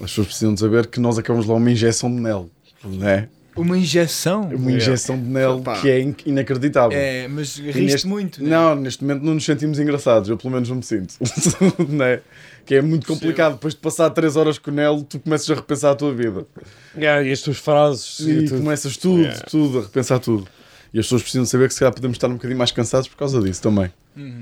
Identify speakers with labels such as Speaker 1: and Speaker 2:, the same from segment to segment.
Speaker 1: As pessoas precisam de saber que nós acabamos lá uma injeção de mel, né?
Speaker 2: Uma injeção.
Speaker 1: Uma injeção de mel
Speaker 3: Opa.
Speaker 1: que é in- inacreditável.
Speaker 2: É, mas
Speaker 1: E
Speaker 2: riste
Speaker 1: neste-
Speaker 2: muito. né?
Speaker 1: Não, neste momento não nos sentimos engraçados, eu pelo menos não me sinto. né? Que é muito complicado. Depois de passar 3 horas com o Nelo, tu começas a repensar a tua vida.
Speaker 4: Yeah, e as tuas frases.
Speaker 1: E,
Speaker 4: e tudo.
Speaker 3: é-
Speaker 1: começas tudo,
Speaker 2: É.
Speaker 4: Yeah.
Speaker 1: tudo, a repensar tudo. E as pessoas precisam saber que se calhar podemos estar um bocadinho mais cansados por causa disso também.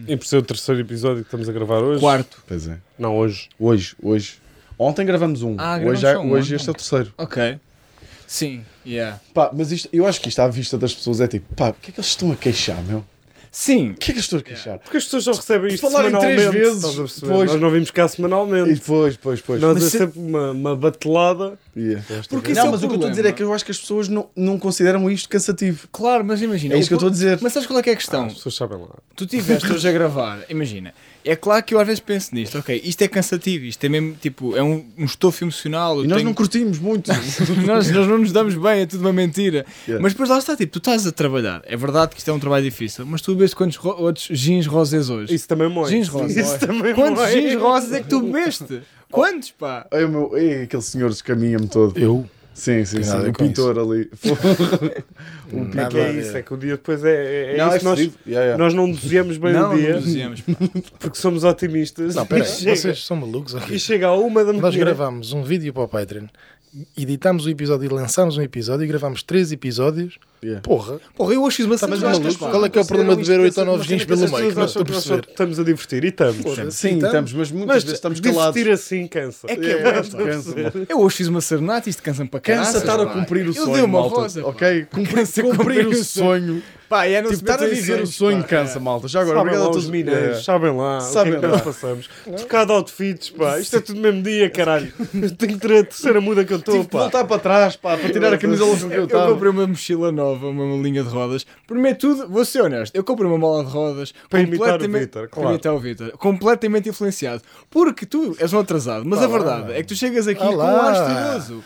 Speaker 4: E por ser o terceiro episódio que estamos a gravar hoje.
Speaker 2: Quarto.
Speaker 1: Pois é.
Speaker 4: Não, hoje.
Speaker 1: Hoje, hoje. Ontem gravamos um.
Speaker 2: Ah, gravamos
Speaker 1: hoje é-
Speaker 2: só um
Speaker 1: hoje
Speaker 2: ontem.
Speaker 1: este é o terceiro.
Speaker 2: Ok. Sim, yeah.
Speaker 1: Pá, mas isto, eu acho que isto à vista das pessoas é tipo, pá, o que é que eles estão a queixar, meu? O
Speaker 2: Sim.
Speaker 1: que é que eles estão a queixar?
Speaker 4: Porque as pessoas só recebem isto
Speaker 1: Falarem três
Speaker 4: semanalmente.
Speaker 1: vezes,
Speaker 4: estás a perceber?
Speaker 1: depois-
Speaker 4: Nós não vimos cá
Speaker 1: E
Speaker 4: semanalmente.
Speaker 1: depois, depois, depois.
Speaker 4: Nós é
Speaker 2: se-
Speaker 4: sempre uma, uma batelada.
Speaker 1: Yeah.
Speaker 2: Porque isso
Speaker 1: não,
Speaker 2: é o
Speaker 1: mas o que eu estou a dizer é
Speaker 2: problema.
Speaker 1: que eu acho que as pessoas não, não consideram isto cansativo.
Speaker 2: Claro, mas imagina.
Speaker 1: É isso que eu estou a dizer. Ah,
Speaker 2: Mas sabes qual é que é a questão?
Speaker 4: As pessoas sabem lá.
Speaker 2: Tu tiveste hoje a gravar, imagina. É claro que eu às vezes penso nisto, ok, isto é cansativo, isto é mesmo tipo, é um, um estofo emocional. eu
Speaker 1: E nós
Speaker 2: tenho-
Speaker 1: não curtimos muito.
Speaker 2: nós, nós não nos damos bem, é tudo uma mentira.
Speaker 1: Yeah.
Speaker 2: Mas depois lá está, tipo, tu estás a trabalhar. É verdade que isto é um trabalho difícil, mas tu bebes quantos ro- outros gins rosés hoje?
Speaker 4: Isso também morre.
Speaker 2: Gins rosés.
Speaker 4: Isso
Speaker 1: é
Speaker 4: também
Speaker 2: quantos
Speaker 4: morre.
Speaker 2: gins rosés é que tu bebeste? Quantos, pá?
Speaker 1: Ai, meu, ei, aquele senhor descaminha-me todo.
Speaker 3: Eu?
Speaker 1: Sim, sim, sim.
Speaker 3: Nada
Speaker 1: O
Speaker 3: com
Speaker 1: pintor ali. o
Speaker 4: O que é que é isso? É que o dia depois é, é, é
Speaker 1: Não,
Speaker 4: isso.
Speaker 1: é
Speaker 4: que nós,
Speaker 1: fedido. Yeah, yeah.
Speaker 4: nós não desejamos bem
Speaker 2: não,
Speaker 4: o
Speaker 1: um
Speaker 4: dia
Speaker 2: não dizemos, pá.
Speaker 4: porque somos otimistas.
Speaker 3: Não, peraí,
Speaker 4: e, chega,
Speaker 3: vocês são malucos. ok?
Speaker 4: e chega a uma da manhã.
Speaker 3: Nós gravámos um vídeo para o Patreon, editámos o episódio e lançámos um episódio e gravámos três episódios.
Speaker 1: Yeah.
Speaker 3: Porra,
Speaker 2: Porra, eu hoje fiz uma
Speaker 1: Tá,
Speaker 2: cena
Speaker 3: mas
Speaker 2: de roscas,
Speaker 3: maluco,
Speaker 2: pá.
Speaker 3: qual é que é o problema de ver oito ou nove jeans pelo
Speaker 4: As
Speaker 3: meio?
Speaker 4: pessoas
Speaker 3: que
Speaker 4: acham
Speaker 3: Não estou a
Speaker 4: que nós só
Speaker 3: perceber.
Speaker 4: estamos a divertir e estamos.
Speaker 3: Foda-se,
Speaker 1: Sim, estamos, mas muitas
Speaker 4: Mas
Speaker 1: vezes estamos calados.
Speaker 4: divertir assim cansa.
Speaker 2: É que
Speaker 1: É,
Speaker 2: é,
Speaker 1: é,
Speaker 2: bom, pá.
Speaker 1: cansa, mano.
Speaker 2: Eu hoje fiz uma serenata e isto cansa-me para caralho.
Speaker 1: Cansa estar a cumprir o
Speaker 2: eu
Speaker 1: sonho.
Speaker 2: dei uma
Speaker 1: malta,
Speaker 2: rosa, pá.
Speaker 1: ok? Cumprir,
Speaker 2: Cansa
Speaker 1: cumprir
Speaker 2: cumprir
Speaker 1: o
Speaker 2: o
Speaker 1: sonho.
Speaker 2: Pá, e é não
Speaker 1: Tipo,
Speaker 2: se
Speaker 1: estar a
Speaker 2: meter em
Speaker 1: viver o
Speaker 2: sonhos,
Speaker 1: sonho
Speaker 2: pá.
Speaker 1: cansa, malta. Já agora,
Speaker 4: sabem
Speaker 1: obrigado
Speaker 4: lá
Speaker 1: a
Speaker 4: os
Speaker 1: todos.
Speaker 4: mineiros, sabem lá
Speaker 1: Sabem
Speaker 4: o que é que
Speaker 1: lá.
Speaker 4: nós passamos. Trocado outfits, pá. Isto é tudo mesmo dia, caralho. Tenho que ter a terceira muda que eu
Speaker 1: Tive
Speaker 4: estou,
Speaker 1: que
Speaker 4: pá.
Speaker 1: voltar para trás, pá, para Tipo, tirar a camisa logo que eu
Speaker 2: Eu
Speaker 1: estava.
Speaker 2: comprei uma mochila nova, uma linha de rodas. Primeiro de tudo, vou ser honesto, eu comprei uma mala de rodas
Speaker 4: Para imitar o
Speaker 2: completamente- para
Speaker 4: Vítor, claro.
Speaker 2: imitar o Vítor, completamente influenciado. Porque tu és um atrasado, mas a verdade é que tu chegas aqui com um
Speaker 3: Olá.
Speaker 2: ar estiloso.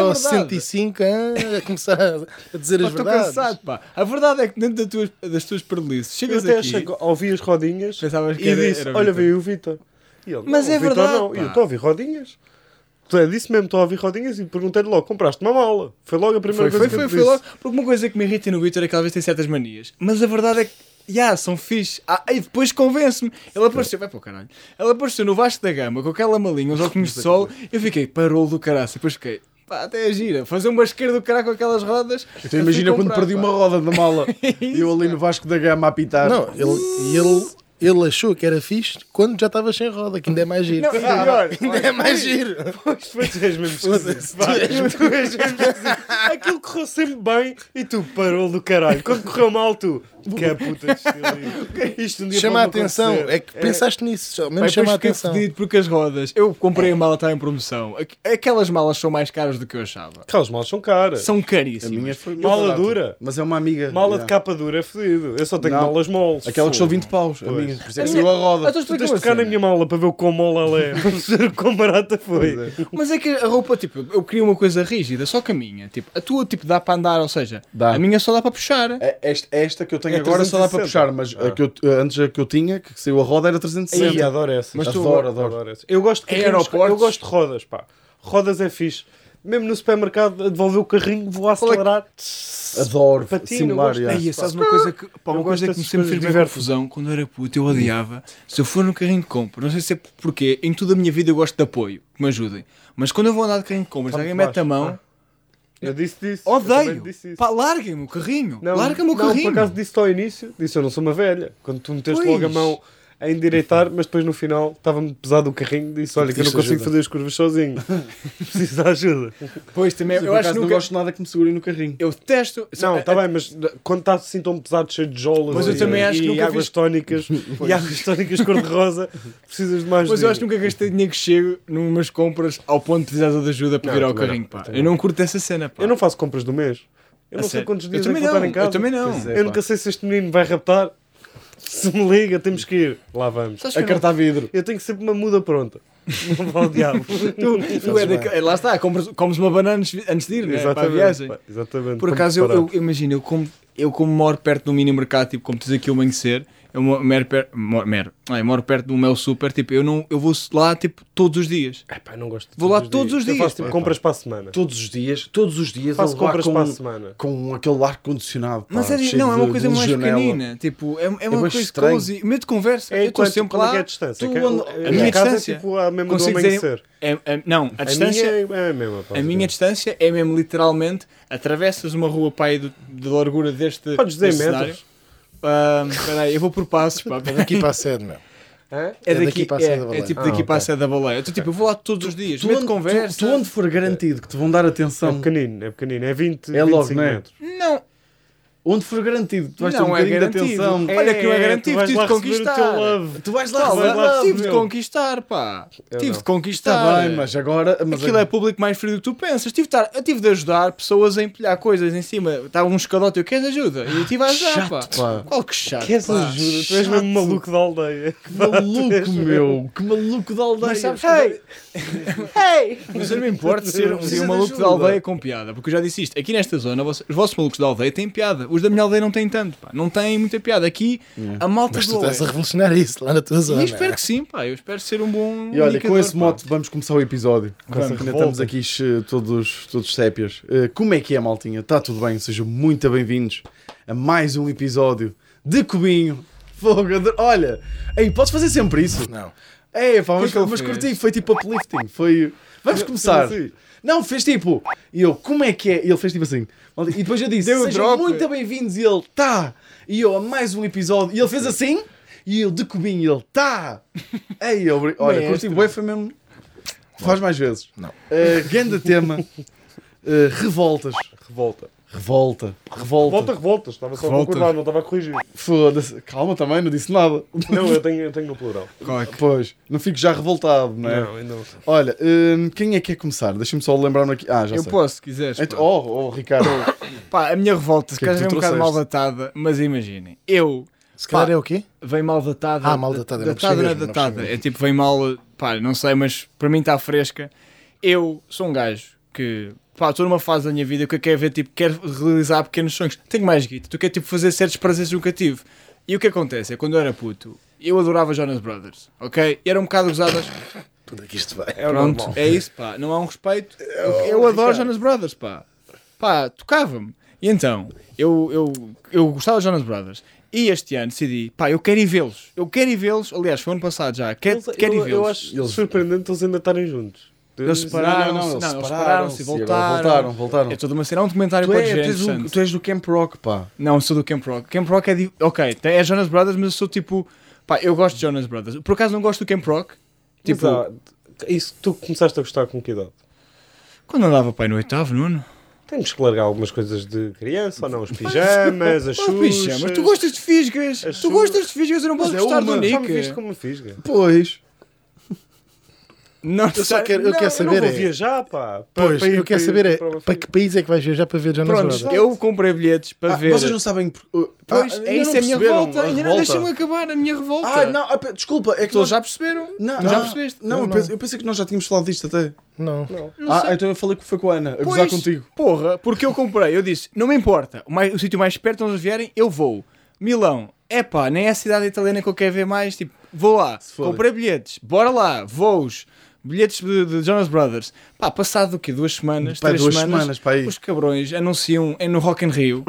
Speaker 2: é
Speaker 3: aos
Speaker 2: verdade.
Speaker 3: 65 ah, a começar a, a dizer
Speaker 2: Pá,
Speaker 3: as
Speaker 2: Estou
Speaker 3: verdades.
Speaker 2: cansado, pá. A verdade é que dentro das tuas, das tuas perlices,
Speaker 4: Eu
Speaker 2: chegas
Speaker 4: até
Speaker 2: aqui.
Speaker 4: achei que ouvi as rodinhas
Speaker 2: Pensavas que
Speaker 4: e
Speaker 2: era-
Speaker 4: disse:
Speaker 2: era o
Speaker 4: Olha,
Speaker 2: Vítor."
Speaker 4: veio o Vitor. E ele,
Speaker 2: Mas
Speaker 4: "Não,
Speaker 2: é
Speaker 4: o Vítor
Speaker 2: verdade,
Speaker 4: não." E eu
Speaker 2: pá.
Speaker 4: estou a ouvir rodinhas. Tu é, disse mesmo, estou a ouvir rodinhas e perguntei-lhe logo: compraste uma mala? Foi logo a primeira
Speaker 2: Foi,
Speaker 4: coisa
Speaker 2: foi,
Speaker 4: que
Speaker 2: foi,
Speaker 4: eu te
Speaker 2: foi
Speaker 4: disse.
Speaker 2: logo. Porque uma coisa que me irrita no Vitor é que às vezes tem certas manias. Mas a verdade é que, já, são fixe. Ah, e depois convence-me. Ele apareceu, vai para o caralho. Ele apareceu no Vasco da Gama com aquela malinha, uns óculos de sol. Eu fiquei, parou do caralho. Depois fiquei, pá, até é gira. Fazer uma esquerda do caralho com aquelas rodas.
Speaker 1: Então imagina
Speaker 2: Fui
Speaker 1: quando
Speaker 2: comprar,
Speaker 1: perdi
Speaker 2: pá.
Speaker 1: uma roda da mala e eu ali
Speaker 2: Isso,
Speaker 1: no Vasco da Gama a apitar.
Speaker 3: Não, ele, ele, ele achou que era fixe quando já estava sem roda, que ainda é mais giro.
Speaker 2: Não,
Speaker 3: ainda
Speaker 2: melhor.
Speaker 3: é mais giro.
Speaker 4: Pois, foi, tu és mesmo esquisito. pá. Tu és mesmo esquisito. Aquilo correu sempre bem e tu parou do caralho. Quando correu mal, tu. Que é puta de estilo. Isto um dia
Speaker 3: Chama a
Speaker 4: pode-me
Speaker 3: atenção,
Speaker 4: acontecer.
Speaker 3: é que pensaste nisso, só,
Speaker 2: Pá,
Speaker 3: mesmo
Speaker 2: e
Speaker 3: chama
Speaker 2: depois
Speaker 3: a
Speaker 2: fiquei
Speaker 3: atenção.
Speaker 2: é fedido porque as rodas. Eu comprei a mala, está em promoção. Aqu- Aquelas malas são mais caras do que eu achava.
Speaker 4: Aquelas malas são caras.
Speaker 2: São
Speaker 1: A
Speaker 2: caríssimas.
Speaker 1: minha foi
Speaker 4: Mala
Speaker 1: barata.
Speaker 4: dura.
Speaker 1: Mas é uma amiga.
Speaker 4: Mala
Speaker 1: yeah.
Speaker 4: de capa dura é fedido. Eu só tenho
Speaker 1: Não.
Speaker 4: malas moles.
Speaker 1: Aquela que custou
Speaker 4: Fogo.
Speaker 1: 20 paus. A
Speaker 4: Pois.
Speaker 1: minha. Por isso é que saiu a
Speaker 2: Ah,
Speaker 1: roda.
Speaker 2: então
Speaker 4: Tu
Speaker 2: explica
Speaker 4: tens de
Speaker 2: uma
Speaker 4: tocar na
Speaker 2: cena.
Speaker 4: minha mala para ver o quão mole ela é, para perceber o quão barata foi.
Speaker 2: Mas é que a roupa, tipo, eu queria uma coisa rígida, só que a minha, tipo, a tua, tipo, dá para andar, ou seja,
Speaker 1: Dá.
Speaker 2: a minha só dá para puxar.
Speaker 1: É Esta, esta que eu tenho
Speaker 4: É
Speaker 1: agora só dá para
Speaker 4: 360.
Speaker 1: puxar, mas a que eu, eh, antes a que eu tinha, que saiu a roda, era 360.
Speaker 4: Sim, adoro essa.
Speaker 1: Mas tu-
Speaker 4: adoro,
Speaker 1: adoro.
Speaker 4: adoro, essa. Eu gosto de
Speaker 2: Em
Speaker 4: carrinhos-
Speaker 2: aeroportos.
Speaker 4: Eu gosto de rodas, pá. Rodas é fixe. Mesmo no supermercado, a devolver o carrinho, vou a
Speaker 2: Qual é que-
Speaker 4: acelerar.
Speaker 1: Adoro.
Speaker 4: Patino,
Speaker 1: simular,
Speaker 4: gosto
Speaker 1: yeah.
Speaker 2: Aí, sabes uma coisa que, pá,
Speaker 4: Eu
Speaker 2: uma
Speaker 4: gosto
Speaker 2: coisa que me
Speaker 4: dessas
Speaker 2: sempre fez
Speaker 4: coisas
Speaker 2: bem
Speaker 4: diversas.
Speaker 2: confusão, quando eu era puto, eu odiava. Se eu for no carrinho de compra, não sei se é porquê, em toda a minha vida eu gosto de apoio, que me ajudem. Mas quando eu vou andar de carrinho de compras, alguém
Speaker 4: muito
Speaker 2: mete a
Speaker 4: baixo,
Speaker 2: mão,
Speaker 4: Eu disse disso. eu também
Speaker 2: odeio.
Speaker 4: disse isso.
Speaker 2: Pá, larguem-me o carrinho,
Speaker 4: Não,
Speaker 2: larga-me o
Speaker 4: não,
Speaker 2: carrinho.
Speaker 4: por acaso disse-te ao início, disse eu não sou uma velha. Quando tu meteste logo a
Speaker 2: Pois.
Speaker 4: mão a endireitar, mas depois no final estava-me pesado o carrinho, disse olha que eu não
Speaker 3: Preciso
Speaker 4: consigo
Speaker 3: de ajuda.
Speaker 4: fazer as curvas sozinho. Preciso de ajuda.
Speaker 2: Pois, também,
Speaker 1: Eu,
Speaker 2: eu acho que
Speaker 1: não
Speaker 2: nunca...
Speaker 1: gosto de nada que me segurem no carrinho.
Speaker 2: Eu detesto...
Speaker 4: Não,
Speaker 2: a-
Speaker 4: está bem, mas quando está assim tão pesado, cheio de jolas
Speaker 2: Mas eu
Speaker 4: e,
Speaker 2: também acho que
Speaker 4: e
Speaker 2: nunca
Speaker 4: águas
Speaker 2: fiz-
Speaker 4: tónicas e águas tónicas cor-de-rosa, precisas de mais
Speaker 2: Mas eu acho que nunca gastei dinheiro que chego numas compras ao ponto de precisar de ajuda para
Speaker 4: Não,
Speaker 2: virar o
Speaker 4: também
Speaker 2: carrinho,
Speaker 4: não,
Speaker 2: pá.
Speaker 4: também
Speaker 2: Eu não curto essa cena, pá.
Speaker 4: Eu não faço compras do mês. Eu
Speaker 2: A
Speaker 4: não sei
Speaker 2: sério?
Speaker 4: quantos
Speaker 2: Eu
Speaker 4: dias é que
Speaker 2: também
Speaker 4: vou estar
Speaker 2: não,
Speaker 4: em casa.
Speaker 2: eu também não.
Speaker 1: Pois é,
Speaker 4: Eu
Speaker 1: pá.
Speaker 4: nunca sei se este menino vai raptar. Se me liga, temos que ir. Lá vamos.
Speaker 2: Sabes que
Speaker 1: A
Speaker 2: eu não-
Speaker 1: carta vidro.
Speaker 4: Eu tenho sempre uma muda pronta. Não vá ao diabo.
Speaker 2: Tu, tu é daque- lá está, compras- comes uma banana antes de- antes de ir, né, para a viagem.
Speaker 4: É, pá, Exatamente.
Speaker 2: Por
Speaker 4: Como
Speaker 2: acaso, eu,
Speaker 4: preparar.
Speaker 2: eu imagino, eu como, eu como moro perto de um mini mercado, tipo, como tens aqui o amanhecer, eu mo- mero, per- mo- mero, ai, moro perto de um Mel Super, tipo, eu, não, eu vou lá tipo, todos os dias.
Speaker 4: É pá, não gosto. de
Speaker 2: Vou lá todos os
Speaker 4: Eu
Speaker 2: dias,
Speaker 4: faço tipo
Speaker 2: pá.
Speaker 4: compras para a semana.
Speaker 1: Todos os dias, todos os dias
Speaker 4: Faço
Speaker 1: a levar
Speaker 4: compras
Speaker 1: com, um-
Speaker 4: para a semana.
Speaker 1: com aquele ar condicionado.
Speaker 2: Mas
Speaker 1: pá,
Speaker 2: é,
Speaker 1: cheio
Speaker 2: não,
Speaker 1: de-
Speaker 2: é uma
Speaker 1: de um
Speaker 2: coisa mais
Speaker 1: legionela.
Speaker 2: pequenina, tipo, é, é uma
Speaker 1: bem
Speaker 2: coisa
Speaker 1: estranho.
Speaker 2: cozy, meio de conversa.
Speaker 4: É
Speaker 2: eu estou
Speaker 4: enquanto-
Speaker 2: sempre
Speaker 4: qual é
Speaker 2: lá.
Speaker 4: que é a distância?
Speaker 2: tu
Speaker 4: Que é-
Speaker 2: ando-
Speaker 4: a
Speaker 2: a
Speaker 4: minha
Speaker 2: minha
Speaker 4: casa é
Speaker 2: distância.
Speaker 4: tipo à mesma do
Speaker 2: consigo
Speaker 4: amanhecer.
Speaker 2: dizer, é- é- não, a, distância.
Speaker 4: A minha é a mesma. pá.
Speaker 2: A minha distância é mesmo literalmente atravessas uma rua para aí do- de largura deste.
Speaker 4: Podes dizer
Speaker 2: deste
Speaker 4: metros.
Speaker 2: cenário. Ahm, Espera aí, eu vou por passos. Pá,
Speaker 3: É daqui para a sede, meu.
Speaker 4: Hã?
Speaker 2: é,
Speaker 3: é daqui
Speaker 2: daqui,
Speaker 3: para a
Speaker 2: é,
Speaker 3: sede da
Speaker 2: é
Speaker 3: baleia.
Speaker 2: tipo
Speaker 4: Ah,
Speaker 2: daqui para a
Speaker 4: ok.
Speaker 2: sede da baleia. Eu, tô, tipo, eu vou lá todos os dias,
Speaker 1: Tu
Speaker 2: meto
Speaker 1: onde-
Speaker 2: conversa.
Speaker 1: Tu, tu onde for garantido que te vão dar atenção,
Speaker 4: É pequenino, é pequenino. É 20,
Speaker 1: Então, É logo,
Speaker 4: 25
Speaker 1: não é?
Speaker 4: metros.
Speaker 2: Não,
Speaker 1: onde for garantido, que tu vais ter um
Speaker 2: não é
Speaker 1: bocadinho de
Speaker 2: garantido.
Speaker 1: atenção.
Speaker 2: Olha que não é garantido,
Speaker 4: tu vais
Speaker 2: tive
Speaker 4: lá
Speaker 2: de
Speaker 4: receber o teu
Speaker 2: conquistar.
Speaker 4: love.
Speaker 1: Tu vais lá,
Speaker 2: Pá,
Speaker 1: vai
Speaker 4: Olha,
Speaker 1: lá,
Speaker 4: lá,
Speaker 2: tive de
Speaker 1: meu.
Speaker 2: conquistar, pá.
Speaker 4: Eu
Speaker 2: Tive
Speaker 4: não.
Speaker 2: de conquistar.
Speaker 1: Está tá bem, mas agora. Mas
Speaker 2: Tá Aquilo é público mais frio do que tu pensas. Tive de, estar- eu tive de ajudar pessoas a empilhar coisas em cima. Estava um escadote, eu queres ajuda? E eu tive a ajudar,
Speaker 1: Chato,
Speaker 2: pá.
Speaker 1: pá.
Speaker 2: Qual que é, chato.
Speaker 4: Queres
Speaker 2: pá.
Speaker 4: ajuda? Tu és mesmo maluco da aldeia.
Speaker 1: Que maluco, meu! Que é maluco da aldeia!
Speaker 2: Mas sabes
Speaker 1: Ei,
Speaker 2: Mas eu não me importo de ser um,
Speaker 1: Precisa
Speaker 2: um
Speaker 1: de
Speaker 2: maluco da
Speaker 1: ajuda.
Speaker 2: aldeia com piada, porque eu já disse isto. Aqui nesta zona, voce- os vossos malucos da aldeia têm piada. Os da minha aldeia não têm tanto, pá. Não têm muita piada. Aqui,
Speaker 1: É.
Speaker 2: a malta
Speaker 3: Mas
Speaker 2: do
Speaker 3: tu estás a
Speaker 2: aldeia.
Speaker 3: revolucionar isso lá na tua
Speaker 2: E
Speaker 3: zona.
Speaker 2: eu espero que sim, pá. Eu espero ser um bom.
Speaker 1: E olha, com
Speaker 2: indicador,
Speaker 1: esse
Speaker 2: pá.
Speaker 1: mote vamos começar o episódio. Com
Speaker 4: Vamos,
Speaker 1: essa ainda
Speaker 4: revolta.
Speaker 1: estamos aqui eh, todos, todos sépias. Eh, como é que é, maltinha? Está tudo bem? Sejam muito bem-vindos a mais um episódio de Cubinho. Fogo, adoro- olha! Ei, podes fazer sempre isso?
Speaker 3: Não.
Speaker 1: É, pá, mas,
Speaker 2: que ele
Speaker 1: mas
Speaker 2: fez?
Speaker 1: curti, foi tipo uplifting, foi... Vamos começar.
Speaker 4: assim?
Speaker 1: Não, fez tipo... E eu, como é que é? E ele fez tipo assim. E depois eu disse,
Speaker 2: Deu o
Speaker 1: sejam
Speaker 2: drop."
Speaker 1: muito bem-vindos. E ele, tá. E eu, a mais um episódio. E ele fez assim. E eu, de cubinho, e ele, tá. Ei, eu, bri- olha, curti
Speaker 2: Maestro.
Speaker 1: bué, foi mesmo... Faz mais vezes.
Speaker 3: Não.
Speaker 1: Uh, grande tema. Uh, revoltas.
Speaker 4: Revolta.
Speaker 1: Revolta. Revolta.
Speaker 4: Volta, revoltas. Estava só a
Speaker 2: Revolta.
Speaker 4: concordar, não estava a corrigir.
Speaker 1: Foda-se. Calma também, não disse nada.
Speaker 4: Não, eu tenho, eu tenho no plural.
Speaker 2: Qual é que-
Speaker 1: Pois, não fico já revoltado, não é?
Speaker 4: Não, ainda não.
Speaker 1: Olha, hum, quem é que quer começar? Deixa-me só lembrar-me aqui. Ah, já
Speaker 2: Eu
Speaker 1: sei.
Speaker 2: posso, se quiseres.
Speaker 1: Então-
Speaker 2: pá.
Speaker 1: oh, oh, Ricardo.
Speaker 2: Pá, a minha revolta, se
Speaker 1: que é que
Speaker 2: calhar vem um
Speaker 1: tu
Speaker 2: bocado
Speaker 1: trouxeste?
Speaker 2: maldatada, mas imaginem, eu
Speaker 3: Se calhar
Speaker 2: Pá.
Speaker 3: é o quê?
Speaker 2: vem mal datada.
Speaker 3: Ah, mal datada, não
Speaker 2: datada não
Speaker 3: percebi
Speaker 2: é
Speaker 3: mesmo, não
Speaker 2: datada.
Speaker 3: percebi.
Speaker 2: É tipo, vem mal, pá, não sei, mas para mim está fresca. Eu sou um gajo que, pá, estou numa fase da minha vida que eu quero ver, tipo, quero realizar pequenos sonhos. Tenho mais guita, tu quero, tipo, fazer certos prazeres nunca tive. E o que acontece é, quando eu era puto, eu adorava Jonas Brothers, ok? E eram um bocado gozadas.
Speaker 3: Tudo aqui isto vai.
Speaker 4: É o
Speaker 2: Pronto,
Speaker 4: normal.
Speaker 2: é isso, pá. Não há um respeito. Eu, eu adoro Jonas Brothers, pá. Pá, tocava-me. E então, eu, eu, eu gostava de Jonas Brothers. E este ano decidi, pá, eu quero ir vê-los. Eu quero ir vê-los. Aliás, foi ano passado já. Quero,
Speaker 4: Eles-
Speaker 2: quero ir
Speaker 4: eu, eu
Speaker 2: vê-los.
Speaker 4: acho surpreendente eles ainda estarem juntos.
Speaker 2: Eles
Speaker 1: Não,
Speaker 2: separaram-se. Não,
Speaker 1: não, não,
Speaker 2: eles
Speaker 1: eles
Speaker 2: separaram-se e
Speaker 1: separaram-se,
Speaker 2: voltaram.
Speaker 1: agora voltaram, voltaram.
Speaker 2: É toda uma cena. Há um documentário
Speaker 1: tu,
Speaker 2: para
Speaker 1: é, tu,
Speaker 2: gente.
Speaker 1: és o, tu és do Camp Rock, pá.
Speaker 2: Não, eu sou do Camp Rock. Camp Rock é. di- Ok, tem- é Jonas Brothers, mas eu sou tipo. Pá, eu gosto de Jonas Brothers. Por acaso não gosto do Camp Rock. Tipo,
Speaker 4: Tipo, isso tu começaste a gostar com que idade?
Speaker 2: quando andava pai no oitavo, nono.
Speaker 4: Temos que largar algumas coisas de criança ou não? Os pijamas, as
Speaker 2: Oh, bicha,
Speaker 4: xuxas.
Speaker 2: mas tu gostas de fisgas.
Speaker 4: As
Speaker 2: Tu
Speaker 4: su-
Speaker 2: gostas de um fisgas, eu não posso
Speaker 1: Mas é
Speaker 2: gostar do
Speaker 1: uma.
Speaker 2: Nick.
Speaker 4: Já me viste como fisga?
Speaker 1: Pois.
Speaker 2: Não,
Speaker 3: Eu só quero, eu
Speaker 2: não,
Speaker 3: quero
Speaker 4: Eu não
Speaker 3: saber
Speaker 4: vou
Speaker 3: é.
Speaker 4: viajar, pá. Pa-
Speaker 3: Pois,
Speaker 4: pa-
Speaker 3: eu
Speaker 4: pa-
Speaker 3: quero
Speaker 4: pa-
Speaker 3: saber é.
Speaker 4: pa-
Speaker 3: Para que país é que vais viajar para ver Jonas
Speaker 2: Pronto,
Speaker 3: Brothers?
Speaker 2: eu comprei bilhetes para
Speaker 1: Ah,
Speaker 2: ver.
Speaker 1: Vocês não sabem. por- uh,
Speaker 2: Pois,
Speaker 1: ah, ainda
Speaker 2: é isso,
Speaker 1: não
Speaker 2: é a minha
Speaker 1: perceberam
Speaker 2: revolta.
Speaker 1: a
Speaker 2: Ainda não
Speaker 1: revolta.
Speaker 2: deixam acabar a minha revolta.
Speaker 1: Ah, não, ah, pe- desculpa, é que
Speaker 2: Eles
Speaker 1: nós
Speaker 2: já perceberam?
Speaker 1: Não,
Speaker 2: já
Speaker 1: ah,
Speaker 2: percebeste?
Speaker 1: Não,
Speaker 3: Não,
Speaker 1: eu,
Speaker 3: não.
Speaker 1: Pensei, eu pensei que nós já tínhamos falado disto até.
Speaker 3: Não.
Speaker 1: ah, então eu falei que foi com a Ana, a gozar
Speaker 2: Pois,
Speaker 1: contigo.
Speaker 2: Porra, porque eu comprei, eu disse, não me importa, o, mais- o sítio mais perto onde eles vierem, eu vou. Milão, é pá, nem é a cidade italiana que eu quero ver mais, tipo, vou lá,
Speaker 1: foda.
Speaker 2: comprei bilhetes, bora lá, voos, bilhetes de, de Jonas Brothers. Pá, passado o quê? Duas semanas,
Speaker 1: Pá,
Speaker 2: três
Speaker 1: duas semanas, pá, aí.
Speaker 2: os cabrões anunciam é no Rock in Rio.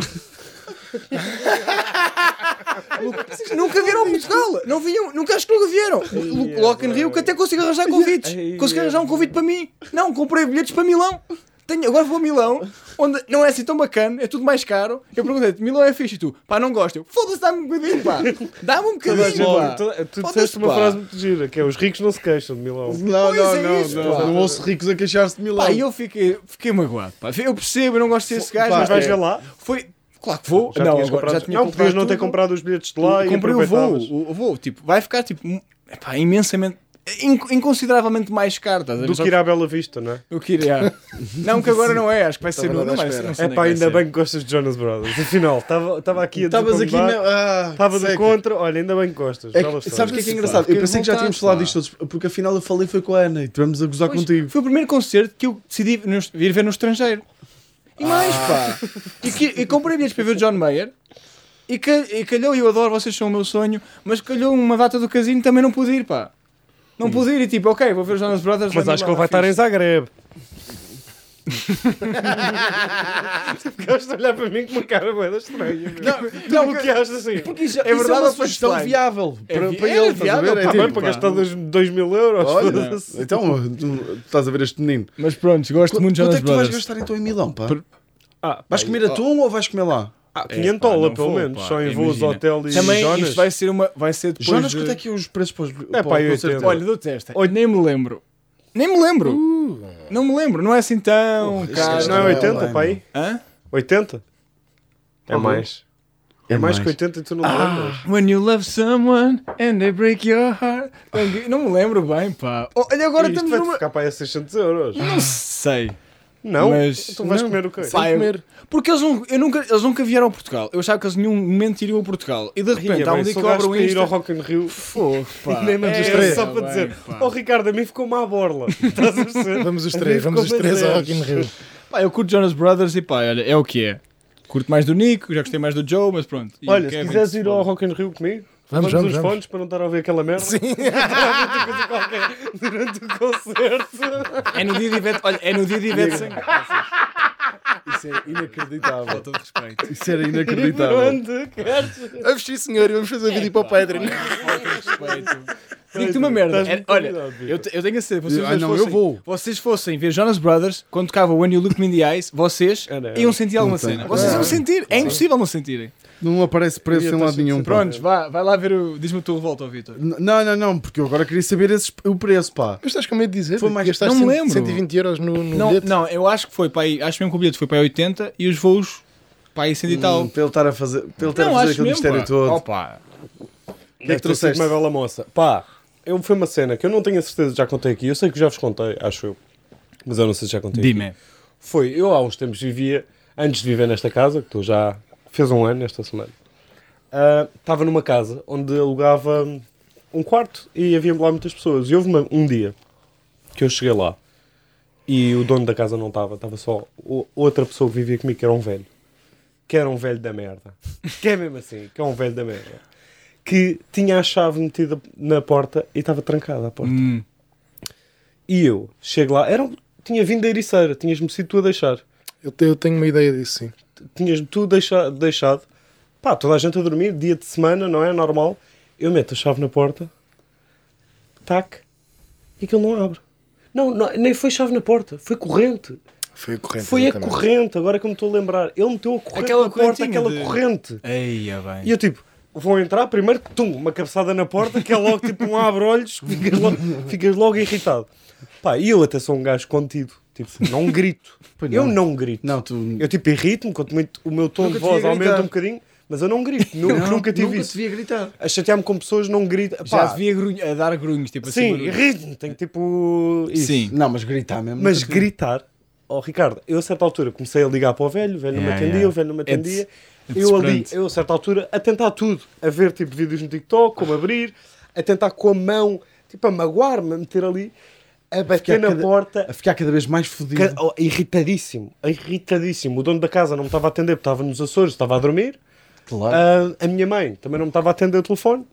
Speaker 2: nunca vieram a Portugal, não vinham, nunca acho que nunca vieram. O Rock in Rio que até consigo arranjar convites.
Speaker 4: Ai,
Speaker 2: Consigo
Speaker 4: ai.
Speaker 2: arranjar um convite para mim. Não, comprei bilhetes para Milão. Tenho, agora vou a Milão, onde não é assim tão bacana, é tudo mais caro. Eu perguntei-te, Milão é fixe e tu? Pá, não gosto. Eu, foda-se, dá-me um bocadinho, pá. Dá-me um
Speaker 4: Toda a gente-
Speaker 2: bocadinho, pá.
Speaker 4: toda- Tu
Speaker 2: Foda-se,
Speaker 4: disseste uma
Speaker 2: pá.
Speaker 4: frase muito gira, que é os ricos não se queixam de Milão.
Speaker 1: Não,
Speaker 2: Pois é isso,
Speaker 1: não,
Speaker 2: pá.
Speaker 1: não ouço ricos a queixar-se de Milão.
Speaker 2: Pá, e eu fiquei, fiquei magoado, pá. Eu percebo, eu não gosto desse gajo,
Speaker 1: pá,
Speaker 2: mas
Speaker 4: Mas vais ver lá?
Speaker 2: foi... Claro que vou.
Speaker 4: Já
Speaker 2: não,
Speaker 4: tinhas
Speaker 2: agora,
Speaker 4: comprado-
Speaker 2: já tinha
Speaker 4: é. não, podias não ter
Speaker 2: tudo.
Speaker 4: comprado os bilhetes de lá
Speaker 2: Eu
Speaker 4: e
Speaker 2: comprei o voo,
Speaker 4: aproveitavas.
Speaker 2: o, o voo, tipo, vai ficar tipo, um- epá, imensamente, in- inconsideravelmente mais caro, estás a ver?
Speaker 4: Do
Speaker 2: Só-
Speaker 4: que ir à Bela Vista, não é?
Speaker 2: Do que ir, já. Não, que agora não é, acho que vai ser
Speaker 3: Estava
Speaker 2: no.
Speaker 3: nada
Speaker 2: Não
Speaker 3: à
Speaker 2: vai ser,
Speaker 3: espera.
Speaker 2: não sei
Speaker 4: É
Speaker 2: onde que
Speaker 4: pá,
Speaker 2: vai
Speaker 4: ainda
Speaker 2: ser.
Speaker 4: bem que gostas de Jonas Brothers. Afinal, estava aqui a
Speaker 1: Estavas aqui
Speaker 4: desabambar,
Speaker 1: na. Ah,
Speaker 4: Estava de
Speaker 1: seca.
Speaker 4: contra, olha, ainda bem que gostas.
Speaker 1: É que-
Speaker 4: bela história.
Speaker 1: sabes o que é, que é engraçado?
Speaker 2: Fiquei
Speaker 1: Eu pensei que já
Speaker 2: revoltado,
Speaker 1: tínhamos falado
Speaker 2: pá.
Speaker 1: disto todos, porque afinal eu falei foi com a Ana e estivemos a gozar
Speaker 2: Pois,
Speaker 1: contigo.
Speaker 2: Foi o primeiro concerto que eu decidi no- vir Ah. ver no estrangeiro. E mais, pá. E, que- e comprei bilhetes para ver o John Mayer. E, ca- e calhou, e eu adoro, vocês são o meu sonho, mas calhou uma data do casino também não pude ir, pá. Não pude ir e tipo, ok, vou ver os Jonas Brothers.
Speaker 4: Mas
Speaker 2: vai-me
Speaker 4: acho que
Speaker 2: lá,
Speaker 4: ele vai estar
Speaker 2: fixe.
Speaker 4: em Zagreb. Ficaste a olhar para mim com uma cara boeda estranha. meu. Tu
Speaker 1: não,
Speaker 4: bloqueaste assim.
Speaker 1: Porque isso, é
Speaker 2: verdade,
Speaker 1: verdade, é
Speaker 2: eu
Speaker 1: uma
Speaker 2: sou
Speaker 1: sugestão
Speaker 2: estranho.
Speaker 1: viável
Speaker 2: É
Speaker 1: para,
Speaker 2: vi-
Speaker 1: para
Speaker 2: é
Speaker 1: ele, estás a
Speaker 2: viável,
Speaker 1: ver? É
Speaker 2: tá
Speaker 4: Está
Speaker 1: tipo,
Speaker 4: bem para gastar 2 mil euros.
Speaker 1: olha,
Speaker 4: foda-se.
Speaker 1: então, tu- estás a ver este menino.
Speaker 2: Mas pronto, gosto
Speaker 1: Quanto
Speaker 2: muito de
Speaker 1: é
Speaker 2: Jonas
Speaker 1: que tu vais
Speaker 2: Brothers.
Speaker 1: gastar então em Milão, pá?
Speaker 2: Per-
Speaker 4: Ah,
Speaker 1: Vais comer atum ou vais comer lá?
Speaker 4: ah,
Speaker 2: É,
Speaker 4: 500
Speaker 2: pá,
Speaker 4: dólar,
Speaker 2: não
Speaker 4: pelo
Speaker 2: vou,
Speaker 4: menos.
Speaker 2: pá,
Speaker 4: Só em voos,
Speaker 2: imagina.
Speaker 4: hotel e
Speaker 2: Também
Speaker 4: Jonas.
Speaker 2: isto vai ser uma. Vai ser depois.
Speaker 1: Jonas,
Speaker 2: de...
Speaker 1: quanto é que é os preços para os
Speaker 4: É pá, eu entendo.
Speaker 2: Olha, dou testa. Olha, nem me lembro. Nem me lembro. Não me lembro, não é assim tão caro.
Speaker 1: gajo
Speaker 4: Não, é
Speaker 1: Ah,
Speaker 4: 80,
Speaker 1: bem,
Speaker 4: pá aí.
Speaker 2: Hã?
Speaker 4: 80? É
Speaker 1: Uhum.
Speaker 4: mais. É mais que 80 e tu não lembras.
Speaker 2: When you love someone and they break your heart. Não me lembro bem, pá. Oh, Olha, agora
Speaker 4: Isto
Speaker 2: estamos
Speaker 4: vai
Speaker 2: numa.
Speaker 4: ficar para aí a 600 euros.
Speaker 2: Não sei.
Speaker 4: Não?
Speaker 2: Mas-
Speaker 4: Tu vais
Speaker 2: não.
Speaker 4: comer o quê?
Speaker 2: Pá, eu-
Speaker 3: comer.
Speaker 2: Porque eles, não, eu nunca, eles nunca vieram a Portugal. Eu achava que eles nenhum momento iriam a Portugal. E de repente,
Speaker 4: Ria,
Speaker 2: há um
Speaker 4: é bem,
Speaker 2: dia
Speaker 4: sou
Speaker 2: que eu
Speaker 4: gajo
Speaker 2: abro o
Speaker 4: para ir ao
Speaker 2: Insta.
Speaker 4: Rock in Rio.
Speaker 2: Fogo, pá.
Speaker 4: Nem mesmo os
Speaker 2: É, tá
Speaker 4: três. Só para
Speaker 2: bem,
Speaker 4: dizer,
Speaker 2: pá.
Speaker 4: oh Ricardo, a mim ficou-me à borla. Estás a perceber?
Speaker 3: Vamos os
Speaker 4: A mim
Speaker 3: três, vamos os
Speaker 4: ficou-me
Speaker 3: três ao
Speaker 4: a
Speaker 3: Rock in
Speaker 4: zeros.
Speaker 3: Rio.
Speaker 2: Pá, eu curto Jonas Brothers e pá, olha, é o que é. Curto mais do Nico, já gostei mais do Joe, mas pronto. E
Speaker 4: Olha,
Speaker 2: o
Speaker 4: se
Speaker 2: Kevin,
Speaker 4: quiseres ir
Speaker 2: pronto.
Speaker 4: ao Rock in Rio comigo, põe-nos
Speaker 3: Vamos, vamos,
Speaker 4: uns
Speaker 3: vamos.
Speaker 4: fones para não estar a ouvir aquela merda. Sim. durante o concerto.
Speaker 2: É no dia de Ivete, olha, é no dia de Ivete sem
Speaker 1: Isso é inacreditável.
Speaker 2: falta de respeito.
Speaker 1: Isso era inacreditável.
Speaker 4: Durante, queres?
Speaker 3: Vamos sim, senhor, e vamos fazer vídeo para o Patreon.
Speaker 2: Digo-te uma merda.
Speaker 4: é. Estás
Speaker 2: Era- É, olha,
Speaker 4: convidado, Vitor.
Speaker 2: eu, te- eu tenho a certeza, vocês
Speaker 1: Ah,
Speaker 2: dois
Speaker 1: não, eu
Speaker 2: fossem,
Speaker 1: vou.
Speaker 2: vocês fossem ver Jonas Brothers, quando tocava When You Look Me in the Eyes, vocês
Speaker 4: Era, era.
Speaker 2: iam sentir alguma
Speaker 1: Não tem.
Speaker 2: cena. Vocês iam sentir, é impossível não sentirem.
Speaker 1: Não aparece preço
Speaker 4: Ia
Speaker 1: em lado
Speaker 4: ter
Speaker 1: nenhum. pá.
Speaker 2: Prontos, vá, vai lá ver o. Diz-me a tua revolta, ó Vitor.
Speaker 1: N- Não, não, não, porque eu agora queria saber esses- o preço, pá.
Speaker 3: Mas estás com medo de dizer?
Speaker 1: Foi mais-
Speaker 3: Gastaste
Speaker 2: não me
Speaker 3: cento-
Speaker 2: lembro.
Speaker 3: 120 euros no, no
Speaker 2: Não,
Speaker 3: bilhete.
Speaker 2: não, eu acho que foi para aí, acho mesmo que o bilhete foi para aí 80 e os voos para aí 100 e tal.
Speaker 1: Hum, Para ele estar a fazer, para ele estar
Speaker 2: Não,
Speaker 1: a fazer
Speaker 2: acho
Speaker 1: aquele
Speaker 2: mesmo,
Speaker 1: mistério
Speaker 2: pá.
Speaker 1: todo.
Speaker 2: Opa,
Speaker 4: O
Speaker 1: que é que trouxeste?
Speaker 4: Uma bela moça. Pá, eu, foi uma cena que eu não tenho a certeza de já contei aqui. Eu sei que já vos contei, acho eu. Mas eu não sei se já contei. aqui.
Speaker 2: dime.
Speaker 4: Foi, eu há uns tempos vivia, antes de viver nesta casa, que tu já fez um ano esta semana, ah, estava numa casa onde alugava um quarto e havia lá muitas pessoas. E houve uma- um dia que eu cheguei lá e o dono da casa não estava, estava só o- outra pessoa que vivia comigo, que era um velho. Que era um velho da merda. Que é mesmo assim, que é um velho da merda. Que tinha a chave metida na porta e estava trancada a porta.
Speaker 2: Hum.
Speaker 4: E eu chego lá, era um- tinha vindo da ericeira, tinhas-me sido tu a deixar.
Speaker 3: Eu, te- eu tenho uma ideia disso, sim.
Speaker 4: tinhas-me tu deixa, deixado, pá, toda a gente a dormir, dia de semana, não é? Normal. Eu meto a chave na porta, tac, e aquilo não abre. Não, não, nem foi chave na porta, foi corrente.
Speaker 3: Foi a corrente.
Speaker 4: foi a
Speaker 3: exatamente.
Speaker 4: corrente, agora que eu me estou a lembrar. Ele meteu a corrente
Speaker 2: Aquela
Speaker 4: na porta,
Speaker 2: correntinha
Speaker 4: aquela
Speaker 2: de-
Speaker 4: corrente.
Speaker 2: Eia, bem.
Speaker 4: E eu tipo, vou entrar primeiro, tum, uma cabeçada na porta, que é logo tipo um abre-olhos, ficas logo, ficas logo irritado. Pá, e eu até sou um gajo contido. Tipo, não grito.
Speaker 1: Pois
Speaker 4: Eu
Speaker 1: não.
Speaker 4: não grito.
Speaker 1: Não, tu
Speaker 4: Eu tipo irrito-me, quanto muito o meu tom
Speaker 1: Nunca
Speaker 4: de
Speaker 1: te via
Speaker 4: voz aumenta
Speaker 1: gritar.
Speaker 4: um bocadinho, mas eu não grito, nunca, nunca tive
Speaker 1: nunca
Speaker 4: isso.
Speaker 1: te via gritar.
Speaker 4: A chatear-me com pessoas não grito.
Speaker 2: Já
Speaker 4: Pá,
Speaker 2: se via grunho- a dar grunhos, tipo assim.
Speaker 4: Sim,
Speaker 2: barulho.
Speaker 4: irrito-me, tenho tipo. Isso.
Speaker 2: Sim.
Speaker 1: Não, mas gritar mesmo.
Speaker 4: Mas
Speaker 1: nunca te-
Speaker 4: gritar, oh Ricardo, eu a certa altura comecei a ligar para o velho, o velho não me
Speaker 2: Yeah,
Speaker 4: atendia,
Speaker 2: yeah.
Speaker 4: o velho não me
Speaker 2: É
Speaker 4: atendia.
Speaker 2: des- é
Speaker 4: eu ali,
Speaker 2: desesperante.
Speaker 4: eu a certa altura, a tentar tudo, a ver tipo vídeos no TikTok, como abrir, a tentar com a mão, tipo a magoar-me, a meter ali, a bater
Speaker 1: Ficar
Speaker 4: na
Speaker 1: cada-
Speaker 4: porta,
Speaker 1: A ficar cada vez mais fodido.
Speaker 4: Ca- oh, irritadíssimo, irritadíssimo. O dono da casa não me estava a atender, porque estava nos Açores, estava a dormir.
Speaker 1: Claro.
Speaker 4: Ah, a minha mãe também não me estava a atender o telefone.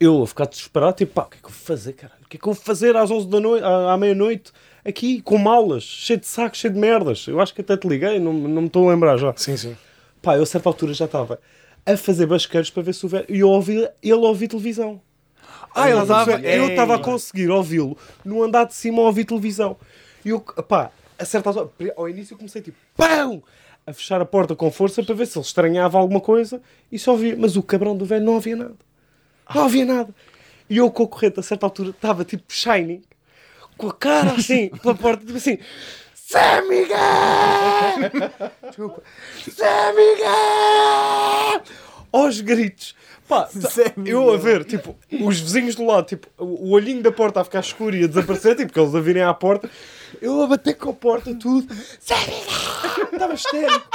Speaker 4: Eu a ficar desesperado, tipo, pá, o que é que eu vou fazer, caralho? O que é que eu vou fazer às 11 da noite, à, à meia-noite, aqui, com malas, cheio de sacos, cheio de merdas? Eu acho que até te liguei, não, não me estou a lembrar já.
Speaker 3: Sim, sim.
Speaker 4: Pá, eu a certa altura já estava a fazer basqueiros para ver se o velho... E eu ouvi, ele ouvi televisão.
Speaker 2: Ah, ele
Speaker 4: Estás a
Speaker 2: estava.
Speaker 4: perceber? Eu estava a conseguir ouvi-lo no andar de cima a ouvir televisão. E eu, pá, a certa altura, pri- ao início eu comecei tipo, pão! A fechar a porta com força para ver se ele estranhava alguma coisa e só via. Mas o cabrão do velho não havia nada. Não havia nada. E eu com a corrente, a certa altura, estava tipo shining, com a cara assim, pela porta, tipo assim. Zé Miguel! Desculpa. Zé Miguel! Aos gritos. Pá, tá-
Speaker 2: Zé
Speaker 4: eu a ver, tipo, os vizinhos do lado, tipo, o o olhinho da porta a ficar escuro e a desaparecer, tipo, que eles a virem à porta. Eu a bater com a porta, tudo. Zé Miguel! Estava histérico.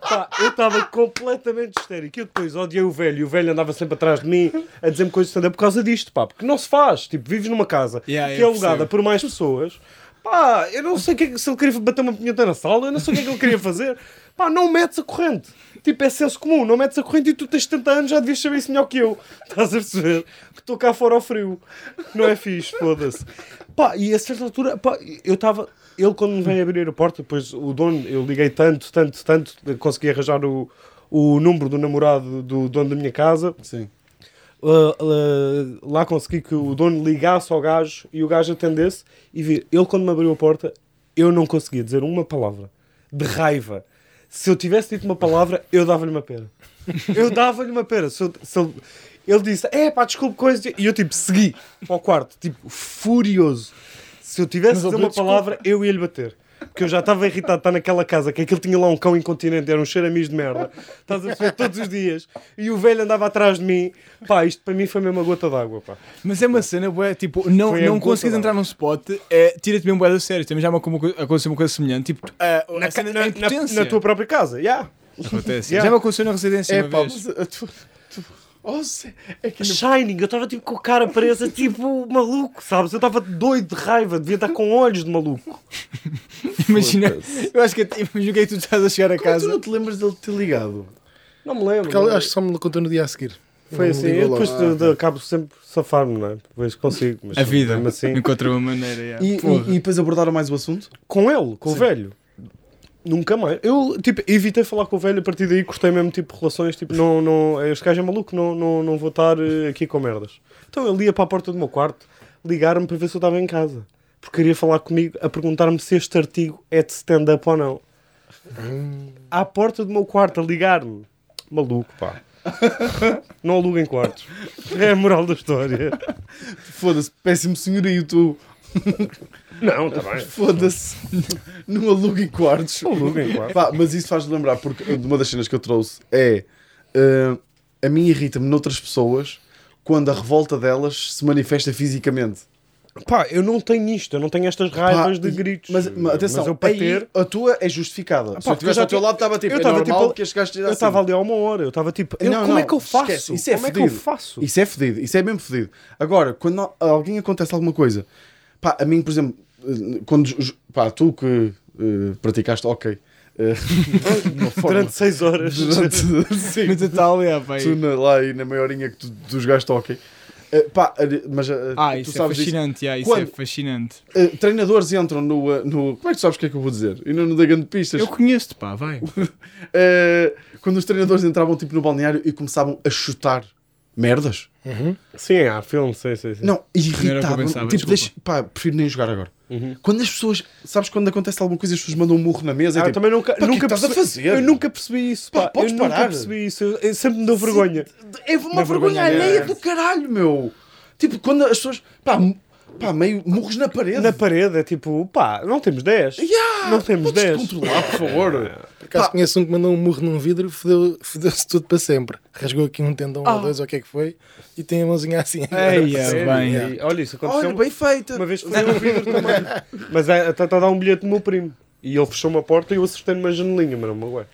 Speaker 4: Pá, eu estava completamente histérico. Eu depois odiei o velho e o velho andava sempre atrás de mim a dizer-me coisas de stand-up por causa disto, pá. Porque não se faz. Tipo, vives numa casa
Speaker 2: Yeah,
Speaker 4: que é
Speaker 2: eu
Speaker 4: alugada
Speaker 2: percebo.
Speaker 4: por mais pessoas. Pá, eu não sei o que é que- se ele queria bater uma punheta na sala, eu não sei o que é que ele queria fazer. Pá, não metes a corrente. Tipo, é senso comum, não metes a corrente e tu tens 70 anos, já devias saber isso melhor que eu. Estás a perceber? Que estou cá fora ao frio. Não é fixe, foda-se. Pá, e a certa altura, pá, eu estava. Ele, quando me veio abrir a porta, depois o dono, eu liguei tanto, tanto, tanto, consegui arranjar o, o número do namorado do dono da minha casa.
Speaker 1: Sim.
Speaker 4: Uh, uh, lá consegui que o dono ligasse ao gajo e o gajo atendesse e vi, ele quando me abriu a porta eu não conseguia dizer uma palavra de raiva se eu tivesse dito uma palavra eu dava-lhe uma pera eu dava-lhe uma pera se eu- se ele, ele disse, é pá, desculpe coisa e eu tipo, segui para o quarto tipo, furioso se eu tivesse
Speaker 3: Mas ele
Speaker 4: dizer uma
Speaker 3: pediu
Speaker 4: palavra eu ia-lhe bater porque eu já estava irritado de estar naquela casa, que aquilo tinha lá um cão incontinente, era um cheiramis de merda. Estás a perceber todos os dias. E o velho andava atrás de mim. Pá, isto para mim foi mesmo uma gota d'água, pá.
Speaker 2: Mas é uma cena, bué, tipo, não,
Speaker 4: Foi a
Speaker 2: não
Speaker 4: gota
Speaker 2: consegues
Speaker 4: d'água.
Speaker 2: entrar num spot, é, tira-te mesmo bué da sério. Também já me acom- aconteceu uma coisa semelhante, tipo, a, a cena
Speaker 4: Na, ca-
Speaker 2: da
Speaker 4: na- na-
Speaker 2: impotência.
Speaker 4: na tua própria casa, já.
Speaker 2: Acontece.
Speaker 4: Yeah.
Speaker 2: Já me aconteceu na residência
Speaker 1: É
Speaker 2: uma
Speaker 1: pá,
Speaker 2: vez.
Speaker 1: mas a tua. tu- Oh, sé- é que
Speaker 4: Shining, eu estava tipo com a cara presa, tipo maluco, sabes? Eu estava doido de raiva, devia estar com olhos de maluco.
Speaker 2: Imagina, eu acho que imagina o que é que tu estás a chegar a
Speaker 1: Como é que tu
Speaker 2: casa.
Speaker 1: não te lembras dele ter ligado?
Speaker 4: Não me lembro.
Speaker 3: Porque ele- acho que só me contou no dia a seguir.
Speaker 4: Foi
Speaker 3: Não
Speaker 4: assim,
Speaker 3: ligou
Speaker 4: eu
Speaker 3: logo.
Speaker 4: depois de, de- acabo sempre a safar-me, não é? Depois consigo, mas
Speaker 2: A vida
Speaker 4: mesmo assim.
Speaker 2: encontra uma maneira. yeah.
Speaker 1: E,
Speaker 2: Porra.
Speaker 1: e, e depois abordaram mais o assunto?
Speaker 4: Com ele, com o velho. Nunca mais. Eu, tipo, evitei falar com o velho a partir daí, cortei mesmo, tipo, relações, tipo, não, não, este gajo é maluco, não, não, não vou estar eh, aqui com merdas. Então ele ia para a porta do meu quarto, ligar-me para ver se eu estava em casa. Porque queria falar comigo, a perguntar-me se este artigo é de stand-up ou não.
Speaker 1: Hum.
Speaker 4: À porta do meu quarto, a ligar-me. Maluco, pá. Não aluguem quartos. É a moral da história.
Speaker 1: Foda-se, péssimo senhorio tu.
Speaker 4: Não, está bem.
Speaker 1: Foda-se. Não aluguem quartos.
Speaker 4: Não aluguem quartos.
Speaker 1: Pá, mas isso faz-me lembrar, porque uma das cenas que eu trouxe é. ah, a mim irrita-me noutras pessoas quando a revolta delas se manifesta fisicamente.
Speaker 4: Pá, eu não tenho isto, eu não tenho estas raivas
Speaker 1: Pá,
Speaker 4: de gritos.
Speaker 1: Mas, mas atenção,
Speaker 4: eu para
Speaker 1: aí
Speaker 4: ter. Ah,
Speaker 1: a tua é justificada.
Speaker 4: pá,
Speaker 1: Se eu
Speaker 4: porque eu
Speaker 1: estivesse
Speaker 4: já
Speaker 1: ao teu
Speaker 4: te-
Speaker 1: lado, estava tipo.
Speaker 4: eu
Speaker 1: é
Speaker 4: tava,
Speaker 1: normal
Speaker 4: tipo,
Speaker 1: que este gajo esteja
Speaker 4: Eu
Speaker 1: assim.
Speaker 4: estava ali há uma hora, eu estava tipo, eu-
Speaker 1: Não,
Speaker 4: como é
Speaker 1: não,
Speaker 4: que eu faço?
Speaker 1: esquece, isso é
Speaker 4: como é que eu
Speaker 1: fedido.
Speaker 4: faço?
Speaker 1: Isso é fedido, isso é mesmo fedido. Agora, quando a- alguém acontece alguma coisa, pá, a mim, por exemplo, eh, quando, ju- ju- pá, tu que eh, praticaste ok
Speaker 4: Durante seis horas.
Speaker 1: durante, sim,
Speaker 2: No total, yeah, pá,
Speaker 1: tu na- lá e na meia horinha que tu, tu jogaste ok, Eh, pá, eh, mas eh,
Speaker 2: Ah,
Speaker 1: tu
Speaker 2: isso é
Speaker 1: sabes disso.
Speaker 2: fascinante, yeah, isso
Speaker 1: Quando-
Speaker 2: é fascinante.
Speaker 1: Eh, treinadores entram no, eh, no. Como é que tu sabes o que é que eu vou dizer? E não no da grande pistas.
Speaker 2: Eu conheço-te, pá, vai.
Speaker 1: Eh, quando os treinadores entravam tipo no balneário e começavam a chutar merdas.
Speaker 4: Sim, há filme, sei,
Speaker 2: É.
Speaker 4: sei, sei.
Speaker 1: Não,
Speaker 2: Não era o que
Speaker 1: irritava
Speaker 2: eu pensava,
Speaker 1: Tipo,
Speaker 2: desculpa. Uhum.
Speaker 1: deixa, pá, prefiro nem jogar agora. Quando as pessoas, sabes, quando acontece alguma coisa, as pessoas mandam um murro na mesa. é
Speaker 4: Ah, eu
Speaker 1: tipo,
Speaker 4: também nunca,
Speaker 1: "Pá, o que é que
Speaker 4: nunca
Speaker 1: estás a fazer?"
Speaker 4: Eu nunca percebi isso.
Speaker 1: Pá,
Speaker 4: Pá,
Speaker 1: podes
Speaker 4: eu nunca
Speaker 1: parar.
Speaker 4: percebi isso. Eu, eu sempre me deu vergonha.
Speaker 1: é uma
Speaker 4: Uma vergonha
Speaker 1: vergonha alheia
Speaker 4: alheia.
Speaker 1: do caralho, meu. Tipo, quando as pessoas, pá, m- pá meio murros na parede.
Speaker 4: Na parede é tipo, pá, não temos 10.
Speaker 1: Yeah,
Speaker 4: não temos
Speaker 1: podes
Speaker 4: 10.
Speaker 1: controlar, por favor.
Speaker 3: Por acaso conheço um que mandou um murro num vidro, fodeu- fodeu-se tudo para sempre. Rasgou aqui um tendão ou dois, ou o que é que foi, e tem a mãozinha assim.
Speaker 2: Ei, é
Speaker 4: Sério?
Speaker 2: bem.
Speaker 4: E- Olha, isso aconteceu.
Speaker 1: Olha, bem feita.
Speaker 4: Uma vez foi um vidro também. Mas é, até está a dar um bilhete do meu primo. E ele fechou uma porta e eu acertei numa janelinha, mas não me magoei.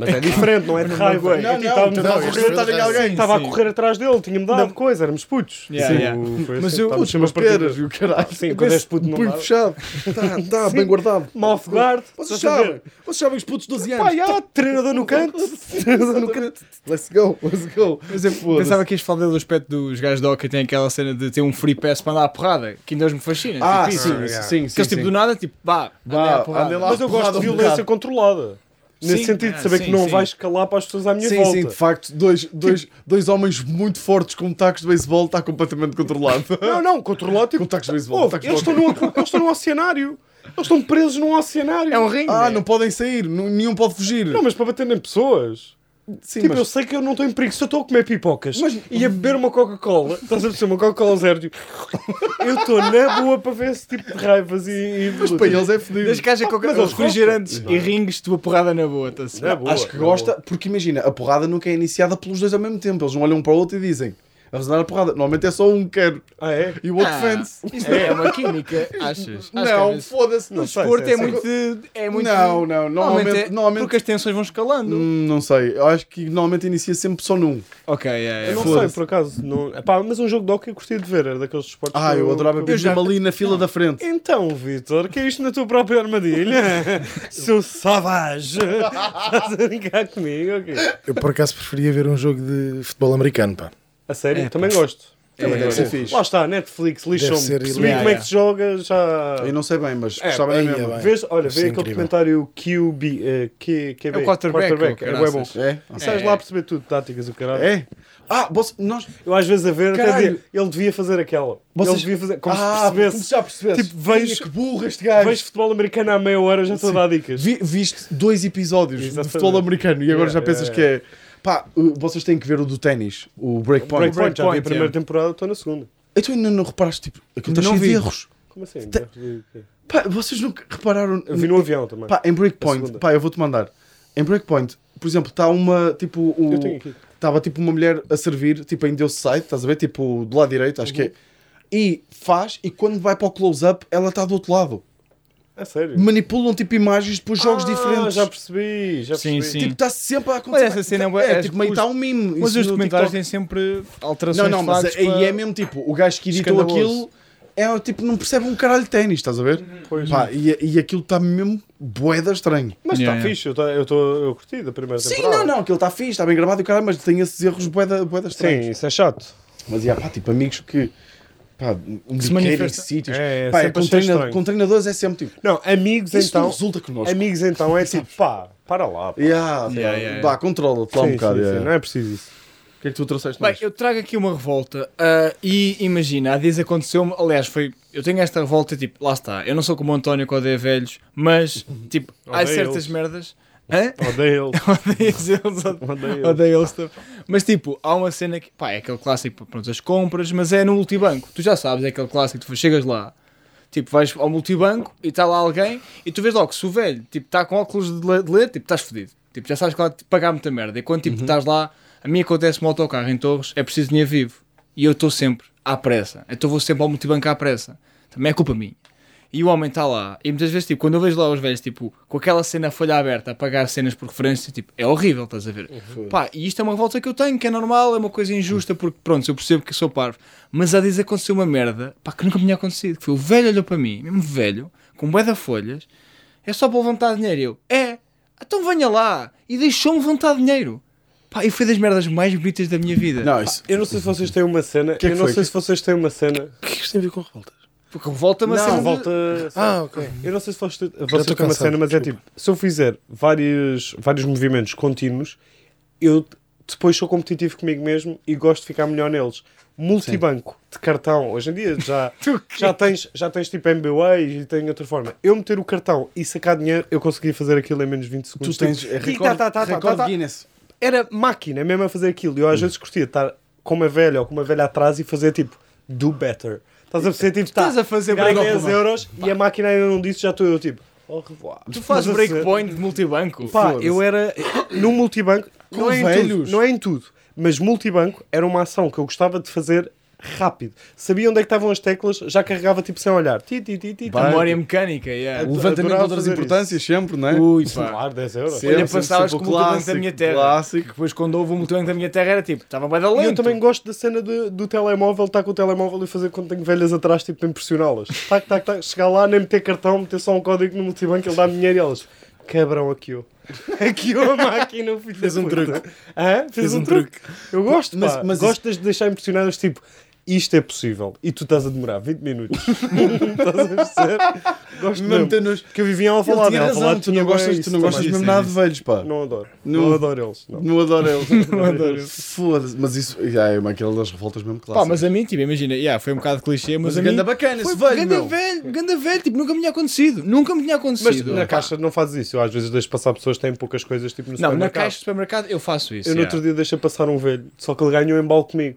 Speaker 4: Mas é diferente, não é de raiva.
Speaker 1: Não,
Speaker 4: Eu,
Speaker 1: não,
Speaker 4: tipo, estava-
Speaker 1: tu
Speaker 3: não,
Speaker 1: estás a
Speaker 3: este
Speaker 1: correr atrás
Speaker 3: foi
Speaker 1: de alguém.
Speaker 2: Sim,
Speaker 4: Estava a
Speaker 2: sim.
Speaker 4: correr atrás dele, tinha-me dado coisa, éramos putos.
Speaker 2: Yeah,
Speaker 4: Sim,
Speaker 2: yeah.
Speaker 4: o- foi
Speaker 2: Mas
Speaker 4: assim,
Speaker 2: eu-
Speaker 4: estávamos
Speaker 1: Putz,
Speaker 4: sempre a
Speaker 1: umas
Speaker 4: partir
Speaker 1: pedras e o caralho.
Speaker 4: Sim, quando és puto não
Speaker 1: punho
Speaker 4: dá.
Speaker 1: um fechado. Está tá, bem guardado.
Speaker 4: Mal afogado.
Speaker 1: Vocês sabem, vocês sabem os putos de 12 anos.
Speaker 4: Pá, já, treinador no canto. treinador no canto.
Speaker 1: Let's go, let's go.
Speaker 2: Mas eu pensava que ias falar do aspecto dos gajos de hockey tem aquela cena de ter um free pass para andar à porrada, que ainda hoje me fascina.
Speaker 1: Ah,
Speaker 2: tipo isso.
Speaker 1: sim,
Speaker 4: Ah, yeah.
Speaker 1: sim, sim.
Speaker 2: Aqueles tipo
Speaker 1: sim.
Speaker 2: do nada, tipo, vá,
Speaker 1: Vá,
Speaker 2: andem à porrada.
Speaker 1: andem lá.
Speaker 4: Mas eu gosto
Speaker 1: Porrada
Speaker 4: de
Speaker 1: um
Speaker 4: violência
Speaker 1: bocado.
Speaker 4: controlada. Nesse
Speaker 2: Sim,
Speaker 4: sentido de
Speaker 2: ah,
Speaker 4: saber
Speaker 2: sim,
Speaker 4: que não
Speaker 2: sim.
Speaker 4: vais calar para as pessoas à minha
Speaker 1: Sim,
Speaker 4: volta.
Speaker 1: sim, de facto, dois, dois, dois homens muito fortes com tacos de beisebol está completamente controlado.
Speaker 4: Não, não, controlado tipo.
Speaker 1: Com tacos de Ah. beisebol.
Speaker 4: Ouve,
Speaker 1: tacos de
Speaker 4: eles, estão
Speaker 1: beisebol.
Speaker 4: no, eles estão num oceanário. Eles estão presos num oceanário.
Speaker 2: É um ringue.
Speaker 1: Ah,
Speaker 2: né?
Speaker 1: não podem sair, nu- nenhum pode fugir.
Speaker 4: Não, mas para bater em pessoas.
Speaker 1: sim,
Speaker 4: tipo, eu
Speaker 1: mas,
Speaker 4: sei que eu não estou em perigo. Se eu estou a comer pipocas
Speaker 1: Mas-
Speaker 4: e a beber uma Coca-Cola, estás a perceber? Uma Coca-Cola zero. tipo, eu estou na boa para ver esse tipo de raivas e. e
Speaker 1: mas para eles é fodido.
Speaker 2: Das caixas com
Speaker 4: mas eles
Speaker 2: refrigerantes e ringues, tua porrada na boa,
Speaker 1: assim.
Speaker 2: tá-se.
Speaker 4: Na boa,
Speaker 1: Acho que
Speaker 4: na
Speaker 1: é gosta, porque imagina, a porrada nunca é iniciada pelos dois ao mesmo tempo. Eles não olham um para o outro e dizem a resonar a porrada. Normalmente é só um que quer
Speaker 4: Ah, é?
Speaker 1: e o outro
Speaker 2: Ah,
Speaker 1: fende-se.
Speaker 2: Isto é uma química, achas? Acho que às
Speaker 1: Não,
Speaker 2: vezes-
Speaker 1: foda-se.
Speaker 4: Não
Speaker 1: Não,
Speaker 4: sei,
Speaker 2: Desporto
Speaker 4: sei,
Speaker 2: é
Speaker 4: sei.
Speaker 2: muito, é muito.
Speaker 1: não, não. Normalmente,
Speaker 2: é-
Speaker 1: normalmente-
Speaker 2: Porque as tensões vão escalando.
Speaker 1: Hum, não sei. Eu acho que normalmente inicia sempre só num.
Speaker 2: Ok, é. é.
Speaker 4: Eu não sei,
Speaker 1: foda-se.
Speaker 4: por acaso. Não... Epá, mas um jogo de hockey eu curti de ver, era daqueles esportes.
Speaker 1: Ah,
Speaker 4: que
Speaker 1: eu adorava
Speaker 4: que
Speaker 1: ver me ali na fila da frente.
Speaker 4: Então, Vitor, que é isto na tua própria armadilha? Seu savage! Estás a brincar comigo? ok?
Speaker 3: Eu por acaso preferia ver um jogo de futebol americano, pá.
Speaker 4: A sério?
Speaker 2: É,
Speaker 4: também gosto.
Speaker 1: Também deve
Speaker 2: é.
Speaker 1: ser fixe.
Speaker 4: Lá está, Netflix, lixam-me.
Speaker 3: Deve ser
Speaker 4: Percebi
Speaker 3: ilegal.
Speaker 4: como é que se joga, já...
Speaker 1: Eu não sei bem, mas
Speaker 4: É,
Speaker 1: gostava
Speaker 3: aí
Speaker 1: da
Speaker 3: é
Speaker 1: mesma.
Speaker 3: bem.
Speaker 4: Vês, olha,
Speaker 3: Isso é
Speaker 4: vê aquele
Speaker 3: incrível.
Speaker 4: documentário QB, eh, Q, QB.
Speaker 2: É o quarterback,
Speaker 4: é
Speaker 2: o
Speaker 4: bué bom.
Speaker 2: caraças.
Speaker 1: É?
Speaker 4: E sais
Speaker 2: É.
Speaker 4: lá a perceber tudo, táticas, o caralho.
Speaker 1: É? Ah, você- nós...
Speaker 4: Eu às vezes a ver, até
Speaker 1: Caralho.
Speaker 4: dizia, ele devia fazer aquela. Ele
Speaker 1: Vocês-
Speaker 4: devia fazer, como
Speaker 1: ah,
Speaker 4: se percebesse.
Speaker 1: já percebesse.
Speaker 4: Tipo, vejo-
Speaker 1: Olha Que burro este gajo.
Speaker 4: Vejo futebol americano há meia hora, já estou a dar dicas.
Speaker 1: Vi- viste dois episódios
Speaker 4: Exatamente.
Speaker 1: de futebol americano e agora
Speaker 4: Yeah,
Speaker 1: já pensas
Speaker 4: yeah,
Speaker 1: que é. Pá, uh, vocês têm que ver o do ténis, o Breakpoint.
Speaker 4: Breakpoint, já vi a
Speaker 2: Breakpoint,
Speaker 4: primeira
Speaker 2: é.
Speaker 4: temporada, estou na segunda.
Speaker 1: Então ainda não reparaste, tipo, aquilo está
Speaker 2: Não
Speaker 1: cheio de
Speaker 2: vi.
Speaker 1: erros.
Speaker 4: Como assim?
Speaker 1: Te- Pá, vocês nunca repararam.
Speaker 4: Eu vi no avião também.
Speaker 1: Pá, em
Speaker 4: A
Speaker 1: Breakpoint,
Speaker 4: segunda.
Speaker 1: pá, eu vou-te mandar. Em Breakpoint, por exemplo, está uma, tipo, o-
Speaker 4: Eu tenho aqui.
Speaker 1: Estava tipo uma mulher a servir, tipo em Deus Side, estás a ver? Tipo do lado direito, acho que
Speaker 4: Uhum.
Speaker 1: é. E faz, e quando vai para o close-up, ela está do outro lado.
Speaker 4: É sério?
Speaker 1: Manipulam tipo imagens, depois jogos
Speaker 4: Ah,
Speaker 1: diferentes.
Speaker 4: já percebi, já
Speaker 2: Sim,
Speaker 4: percebi.
Speaker 2: sim.
Speaker 1: Tipo, está sempre a acontecer.
Speaker 2: Mas essa cena é bué-
Speaker 1: é,
Speaker 2: é,
Speaker 1: tipo,
Speaker 2: tipo,
Speaker 1: meio
Speaker 2: os-
Speaker 1: está um meme.
Speaker 2: Mas
Speaker 1: isso
Speaker 2: os
Speaker 1: no
Speaker 2: documentários
Speaker 1: TikTok.
Speaker 2: têm sempre alterações.
Speaker 1: Não, não, mas
Speaker 2: de factos
Speaker 1: aí
Speaker 2: para-
Speaker 1: é mesmo tipo, o gajo que editou
Speaker 2: Escandaloso.
Speaker 1: aquilo é tipo, não percebe um caralho de ténis, estás a ver?
Speaker 4: Pois.
Speaker 1: Pá, e, e aquilo está mesmo boeda estranho.
Speaker 4: Mas está
Speaker 2: Yeah, yeah.
Speaker 4: fixe, eu, tá, eu, tô, eu curti da primeira
Speaker 1: Sim,
Speaker 4: temporada.
Speaker 1: não, não, aquilo está fixe, está bem gravado e o caralho, mas tem esses erros boeda, boeda estranhos.
Speaker 4: Sim, isso é chato.
Speaker 1: Mas há pá, tipo amigos que pá, indiquem
Speaker 2: manifestam.
Speaker 1: sítios.
Speaker 4: É, é,
Speaker 1: Pá,
Speaker 4: sempre
Speaker 1: com,
Speaker 4: achei
Speaker 1: treina-
Speaker 4: estranho.
Speaker 1: com treinadores é sempre tipo.
Speaker 4: Não, amigos
Speaker 1: Isso não
Speaker 4: então.
Speaker 1: resulta connosco.
Speaker 4: Amigos então é tipo, pá, para lá. pá.
Speaker 1: Yeah, pá,
Speaker 2: Yeah, yeah,
Speaker 1: Vá,
Speaker 2: yeah.
Speaker 1: controla-te lá um
Speaker 4: Sim,
Speaker 1: bocado.
Speaker 4: sim,
Speaker 1: yeah.
Speaker 4: sim, Não é preciso isso.
Speaker 1: O que é que tu trouxeste
Speaker 2: Bem,
Speaker 1: mais?
Speaker 2: eu trago aqui uma revolta ah, e imagina, há dias aconteceu-me, aliás, foi, eu tenho esta revolta, tipo, lá está, eu não sou como o António que odeia velhos, mas,
Speaker 1: Uhum.
Speaker 2: tipo, há
Speaker 4: Odeia
Speaker 2: certas
Speaker 4: eles.
Speaker 2: merdas... Hã?
Speaker 4: Odeio ele.
Speaker 2: Odeio eles, eles odeiam-
Speaker 4: Odeio eles.
Speaker 2: odeiam eles também. Mas tipo, há uma cena que, pá, é aquele clássico, pronto, as compras, mas é no multibanco. Tu já sabes, é aquele clássico, tu chegas lá, tipo, vais ao multibanco e está lá alguém e tu vês logo, se o velho, tipo, está com óculos de le- de ler, tipo, estás fodido. Tipo, já sabes que lá te pagar muita merda. E quando, tipo, estás lá, a mim acontece-me ao autocarro em Torres, é preciso dinheiro vivo. E eu estou sempre à pressa. Então vou sempre ao multibanco à pressa. Também é culpa minha. E o homem está lá. E muitas vezes, tipo, quando eu vejo lá os velhos, tipo, com aquela cena folha aberta a pagar cenas por referência, tipo, é horrível, estás a ver? Pá, e isto é uma revolta que eu tenho, que é normal, é uma coisa injusta, porque pronto, eu percebo que sou parvo. Mas há dias aconteceu uma merda, pá, que nunca me tinha acontecido. Que foi o velho olhou para mim, mesmo velho, com bué de folhas, é só para levantar dinheiro. E Eu, é, então venha lá. E deixou-me levantar dinheiro. Pá, e foi das merdas mais bonitas da minha vida.
Speaker 1: Não, isso.
Speaker 4: Eu não sei se vocês têm uma cena.
Speaker 1: que é que
Speaker 4: eu não
Speaker 1: foi?
Speaker 4: sei se vocês têm uma cena.
Speaker 3: O que é que isto tem a ver com revoltas?
Speaker 2: Porque revolta-me a
Speaker 1: Não,
Speaker 2: cena de-
Speaker 4: Volta.
Speaker 3: Ah, ok.
Speaker 4: É, Eu não sei se vocês
Speaker 3: Já
Speaker 4: vocês
Speaker 3: estou
Speaker 4: têm uma
Speaker 3: cansado,
Speaker 4: cena, mas é tipo, se eu fizer vários, vários movimentos contínuos, eu depois sou competitivo comigo mesmo e gosto de ficar melhor neles. Multibanco de cartão, hoje em dia já, já, tens, já tens tipo MBA e tem outra forma. Eu meter o cartão e sacar dinheiro, eu conseguia fazer aquilo em menos de 20
Speaker 1: Tu
Speaker 4: segundos.
Speaker 1: tens
Speaker 4: Tipo,
Speaker 1: é
Speaker 4: tic,
Speaker 1: recorde,
Speaker 4: tá, tá, tá, tá,
Speaker 1: recorde
Speaker 4: tá, tá.
Speaker 1: Guinness.
Speaker 4: Era máquina mesmo a fazer aquilo. E eu às vezes curtia estar com uma velha ou com uma velha atrás e fazer tipo, do better. Estás a perceber, tipo, tá,
Speaker 2: Estás a fazer
Speaker 4: ganhei
Speaker 2: break-
Speaker 4: 10 euros e a máquina ainda não disse, já estou eu tipo, oh, revoar.
Speaker 2: Tu fazes breakpoint de multibanco.
Speaker 4: Pá, eu é era no multibanco, não é, em tudo,
Speaker 1: velhos.
Speaker 4: não é em tudo, mas multibanco era uma ação que eu gostava de fazer rápido. Sabia onde é que estavam as teclas, já carregava tipo sem olhar. Ti, ti, ti, ti, ti.
Speaker 2: A memória mecânica, yeah.
Speaker 4: Eu
Speaker 1: Levantamento de
Speaker 4: adorava
Speaker 1: outras
Speaker 4: fazer
Speaker 1: importâncias, sempre, não é?
Speaker 2: Ui, pá.
Speaker 4: Claro, 10 euros.
Speaker 1: Sempre,
Speaker 2: Olha,
Speaker 1: sempre,
Speaker 2: passavas
Speaker 1: sempre
Speaker 2: com o multibanco da
Speaker 1: clássico,
Speaker 2: minha terra.
Speaker 1: clássico.
Speaker 2: Depois, quando houve o multibanco da minha terra, era tipo, estava bem da
Speaker 4: E
Speaker 2: lento.
Speaker 4: eu também gosto da cena de- do telemóvel, estar com o telemóvel e fazer quando tenho velhas atrás, tipo, para impressioná-las. Tac, tac, tac. Chegar lá, nem meter cartão, meter só um código no multibanco, ele dá dinheiro e elas. Cabrão, aqui eu. Aqui eu, a máquina, filho Fez
Speaker 1: um
Speaker 4: truque. Hã? Fez, um, truque. Eu gosto,
Speaker 1: Mas-
Speaker 4: pá.
Speaker 1: mas
Speaker 4: gosto de deixar impressionadas, tipo, isto é possível. E tu estás a demorar 20 minutos. estás a perceber? Gosto
Speaker 1: Não
Speaker 4: mesmo.
Speaker 1: meter-nos.
Speaker 4: Porque eu vivia em
Speaker 1: Ele
Speaker 4: Alvalade. em
Speaker 1: tinha
Speaker 4: Alvalade
Speaker 1: razão, tu
Speaker 4: tinha
Speaker 1: não
Speaker 4: bué
Speaker 1: gostas,
Speaker 4: é isso
Speaker 1: tu não gostas
Speaker 4: também.
Speaker 1: mesmo nada de velhos, pá.
Speaker 4: Não adoro.
Speaker 1: Não.
Speaker 4: Não adoro eles. Não.
Speaker 1: Não adoro eles.
Speaker 2: Não adoro.
Speaker 1: Foda-se. Mas isso. Yeah, é uma aquela das revoltas mesmo
Speaker 2: Pá,
Speaker 1: clássicas.
Speaker 2: mas a mim, tipo, imagina, yeah, foi um bocado clichê, mas, a mim...
Speaker 1: ganda bacana,
Speaker 2: Foi
Speaker 1: esse velho,
Speaker 2: ganda
Speaker 1: meu.
Speaker 2: velho, ganda velho, tipo, nunca me tinha acontecido. Nunca me tinha
Speaker 4: Mas
Speaker 2: acontecido.
Speaker 4: na caixa não fazes isso. Eu às vezes deixo passar pessoas que têm poucas coisas tipo no
Speaker 2: Não, na
Speaker 4: supermercado.
Speaker 2: caixa é. de supermercado eu faço isso.
Speaker 4: Eu no
Speaker 2: yeah.
Speaker 4: outro dia deixei passar um velho, só que ele ganhou um embalo comigo.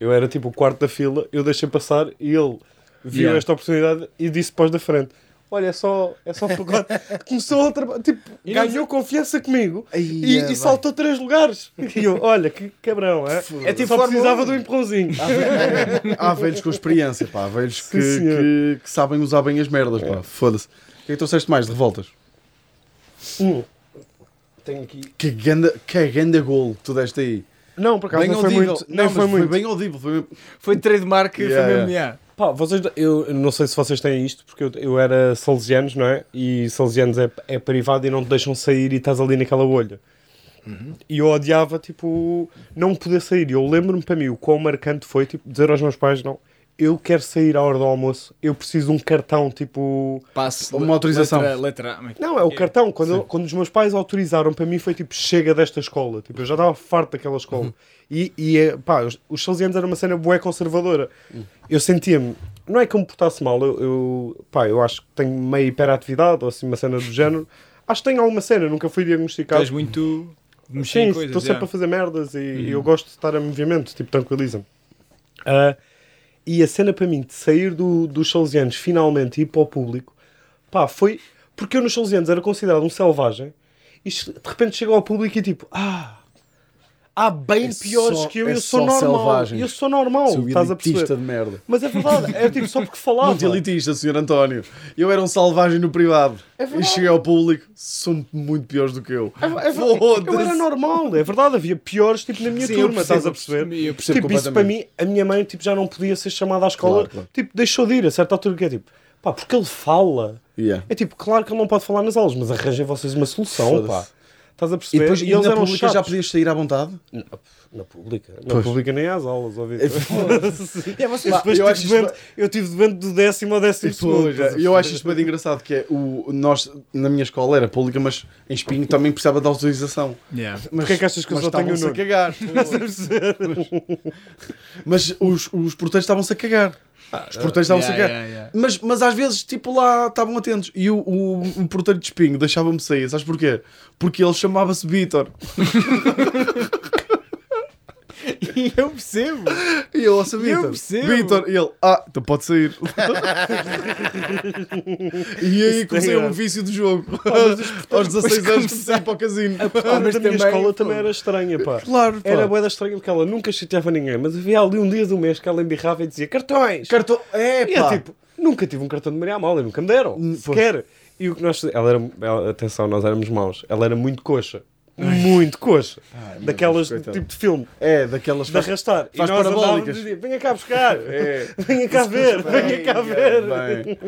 Speaker 4: Eu era tipo o quarto da fila, eu deixei passar e ele viu
Speaker 2: Yeah.
Speaker 4: esta oportunidade e disse para os da frente: olha, é só, é só fogão. Começou a trabalhar, tipo,
Speaker 2: E não-
Speaker 4: ganhou confiança comigo
Speaker 1: Ai,
Speaker 4: e,
Speaker 1: é,
Speaker 4: e saltou três lugares. E eu, olha, que cabrão, é?
Speaker 1: Foda-se.
Speaker 4: É tipo, só precisava de um empurrãozinho.
Speaker 1: Há velhos com experiência, pá. Há velhos que,
Speaker 4: Sim, senhor.
Speaker 1: que- que sabem usar bem as merdas, pá. Foda-se. O que é que trouxeste mais de revoltas?
Speaker 4: Hum. Tenho aqui.
Speaker 1: Que ganda, que ganda gol que tu deste aí.
Speaker 4: Não, por acaso
Speaker 1: Bem
Speaker 4: não foi
Speaker 1: audível.
Speaker 4: muito.
Speaker 1: Não,
Speaker 4: Não,
Speaker 1: mas
Speaker 4: foi muito.
Speaker 1: bem audível. Foi mesmo-
Speaker 2: Foi trademark,
Speaker 1: Yeah,
Speaker 2: foi mesmo. yeah.
Speaker 4: Pá, vocês, eu não sei se vocês têm isto, porque eu, eu era salesianos, não é? E salesianos é, é privado e não te deixam sair e estás ali naquela bolha. E eu odiava, tipo, não poder sair. E eu lembro-me para mim o quão marcante foi, tipo, dizer aos meus pais, não, eu quero sair à hora do almoço, eu preciso de um cartão, tipo...
Speaker 2: Passo,
Speaker 1: Uma
Speaker 2: le-
Speaker 1: autorização.
Speaker 2: Letra, letra A, mas-
Speaker 4: Não, é o cartão. Quando, quando os meus pais autorizaram, para mim foi tipo, chega desta escola. Tipo, eu já estava farto daquela escola. E, e eh, pá, os, os salesianos era uma cena bué conservadora. Eu sentia-me, não é que eu me portasse mal, eu, eu, pá, eu acho que tenho meio hiperatividade ou assim, uma cena do género. Acho que tenho alguma cena, nunca fui
Speaker 2: Tu és
Speaker 4: diagnosticado.
Speaker 2: muito. de Mexer
Speaker 4: Sim,
Speaker 2: em
Speaker 4: estou
Speaker 2: coisas. Uhum.
Speaker 4: sempre a fazer merdas e e eu gosto de estar em movimento, tipo, tranquiliza-me. Ah, e a cena para mim de sair do, dos salesianos finalmente e ir para o público, pá, foi porque eu nos salesianos era considerado um selvagem e che- de repente chego ao público e tipo, ah, há bem
Speaker 1: É
Speaker 4: piores
Speaker 1: só-
Speaker 4: que eu,
Speaker 1: é
Speaker 4: eu sou
Speaker 1: só
Speaker 4: normal,
Speaker 1: selvagens.
Speaker 4: eu sou normal,
Speaker 1: Sou
Speaker 4: estás a
Speaker 1: elitista
Speaker 4: perceber?
Speaker 1: de merda.
Speaker 4: Mas é verdade, é tipo só porque falava.
Speaker 1: Muito elitista, Sr. António. Eu era um selvagem no privado.
Speaker 4: É
Speaker 1: e
Speaker 4: verdade.
Speaker 1: cheguei ao público, são muito piores do que eu.
Speaker 4: É ver- é ver- eu era
Speaker 1: Foda-se.
Speaker 4: normal, é verdade, havia piores tipo na minha
Speaker 1: Sim, eu
Speaker 4: turma,
Speaker 1: percebo,
Speaker 4: estás a perceber?
Speaker 1: eu percebo
Speaker 4: tipo, isso para mim,
Speaker 1: completamente.
Speaker 4: a minha mãe tipo, já não podia ser chamada à escola,
Speaker 1: Claro, claro.
Speaker 4: tipo, deixou de ir a certa altura que é tipo, pá, porque ele fala.
Speaker 1: Yeah.
Speaker 4: É tipo, claro que ele não pode falar nas aulas, mas arranjem vocês uma solução, pá.
Speaker 1: Foda-se.
Speaker 4: Estás a
Speaker 1: E
Speaker 4: perceber?
Speaker 1: depois, e
Speaker 4: eles
Speaker 1: na
Speaker 4: eram
Speaker 1: pública já
Speaker 4: chatos.
Speaker 1: podias sair à vontade?
Speaker 4: Na pública. Na
Speaker 1: Pois.
Speaker 4: pública nem às aulas, obviamente.
Speaker 1: É, vocês...
Speaker 4: Mas depois
Speaker 1: eu
Speaker 4: tive
Speaker 1: acho
Speaker 4: doente-
Speaker 1: isto...
Speaker 4: eu tive doente do décimo ao décimo
Speaker 1: Tipo,
Speaker 4: segundo.
Speaker 1: já-
Speaker 4: estás a
Speaker 1: eu acho
Speaker 4: perceber?
Speaker 1: isto bem engraçado que é o nós na minha escola era pública mas em Espinho também precisava de autorização
Speaker 2: Yeah.
Speaker 1: mas
Speaker 4: Porquê é que achas que eu
Speaker 1: mas
Speaker 4: só tenho o
Speaker 1: estavam-se
Speaker 4: Nuno?
Speaker 1: a cagar mas os, os porteiros estavam-se a cagar os porteiros estavam-se a
Speaker 2: yeah,
Speaker 1: cagar
Speaker 2: yeah, yeah.
Speaker 1: Mas, mas às vezes tipo lá estavam atentos e o, o, o porteiro de Espinho deixava-me sair sabes porquê? porque ele chamava-se Vitor
Speaker 2: Eu percebo.
Speaker 1: e eu, ouça Vitor
Speaker 2: percebo.
Speaker 1: Vitor e ele ah então pode sair e aí comecei um
Speaker 4: graça.
Speaker 1: vício do jogo aos 16 anos comecei a ir para o casino
Speaker 4: Ah, mas
Speaker 2: Mas
Speaker 4: a minha
Speaker 2: também,
Speaker 4: escola
Speaker 2: pô.
Speaker 4: também era estranha, pá.
Speaker 1: Claro, pá.
Speaker 4: Era boeda estranha porque ela nunca chateava ninguém, mas havia ali um dia do mês que ela embirrava e dizia cartões.
Speaker 1: Cartão. É,
Speaker 4: E é tipo, nunca tive um cartão de Maria Amália, nunca me deram,
Speaker 1: Hum,
Speaker 4: sequer. E o que nós ela era, ela- atenção, nós éramos maus. Ela era muito coxa. Muito coxa. Daquelas
Speaker 1: Deus, coitada.
Speaker 4: tipo de filme.
Speaker 1: É, daquelas.
Speaker 4: De arrastar.
Speaker 1: faz
Speaker 4: e nós andávamos e
Speaker 1: parabólicas.
Speaker 4: dizia, venha cá buscar.
Speaker 1: É.
Speaker 4: Venha cá ver. Venha cá ver.
Speaker 1: Bem.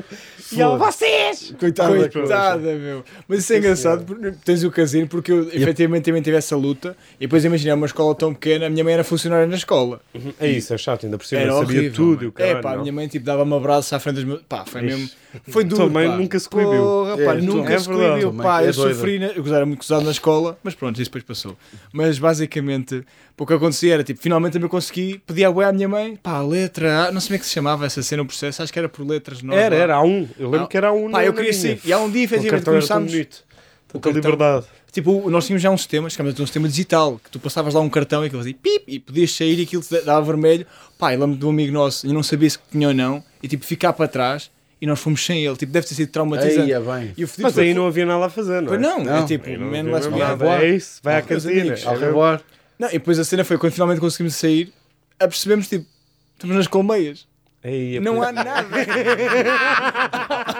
Speaker 4: E ela, vocês!
Speaker 1: Coitada, da
Speaker 2: Coitada, meu. Mas isso é engraçado, porque tens o casino, porque eu efetivamente também tive essa luta. E depois imagina, é uma escola tão pequena, a minha mãe era funcionária na escola.
Speaker 4: É isso, é chato, ainda por cima.
Speaker 2: era
Speaker 4: eu sabia
Speaker 2: horrível,
Speaker 4: tudo.
Speaker 2: mãe.
Speaker 4: e o caralho,
Speaker 2: é, pá, a
Speaker 4: não.
Speaker 2: minha mãe tipo, dava-me abraço à frente dos meus. Pá, foi mesmo. Foi duro.
Speaker 4: Tua mãe
Speaker 2: pá.
Speaker 4: nunca se coibiu.
Speaker 2: Porra, pá,
Speaker 1: É,
Speaker 2: nunca
Speaker 1: tua- é
Speaker 2: se
Speaker 1: verdade.
Speaker 2: coibiu.
Speaker 1: Tua mãe
Speaker 2: Pá,
Speaker 1: é
Speaker 2: eu
Speaker 1: doida.
Speaker 2: sofri. Na... Eu era muito gozado na escola, mas pronto, isso depois passou. Mas basicamente, pô, o que acontecia era tipo, finalmente também consegui pedir a à minha mãe, pá, a letra A, não sei como é que se chamava essa cena, o processo, acho que era por letras novas.
Speaker 4: Era, era, há um. Eu lembro
Speaker 2: Ah,
Speaker 4: que era há um.
Speaker 2: Pá,
Speaker 4: na-
Speaker 2: eu
Speaker 4: na
Speaker 2: queria
Speaker 4: minha.
Speaker 2: sim. E há um dia,
Speaker 4: O
Speaker 2: efetivamente,
Speaker 4: cartão era tão
Speaker 2: começámos.
Speaker 4: bonito. Tanta
Speaker 2: cartão-
Speaker 4: liberdade.
Speaker 2: Tipo, nós tínhamos já um sistema, chegámos a ter um sistema digital, que tu passavas lá um cartão e aquilo fazia pip, e podias sair e aquilo te dava vermelho. Pá, e lembro-me de um amigo nosso, e não sabia se tinha ou não, e tipo, ficar para trás, e nós fomos sem ele. Tipo, deve ter sido traumatizante.
Speaker 1: Eia, é bem.
Speaker 2: E o fedido
Speaker 4: Mas
Speaker 2: foi-
Speaker 4: aí não havia nada a fazer, não é?
Speaker 2: Pois não,
Speaker 1: Não,
Speaker 2: é tipo,
Speaker 4: Aí não
Speaker 2: man,
Speaker 4: havia
Speaker 2: let's
Speaker 4: mesmo
Speaker 2: be
Speaker 4: nada.
Speaker 1: Agora-
Speaker 4: É isso, vai à
Speaker 2: Meus
Speaker 4: cantina.
Speaker 2: amigos.
Speaker 1: Ao
Speaker 4: É.
Speaker 1: reboar.
Speaker 2: Não, e depois a cena foi quando finalmente conseguimos sair, apercebemos, tipo, estamos nas colmeias.
Speaker 4: Aí,
Speaker 2: Não há nada.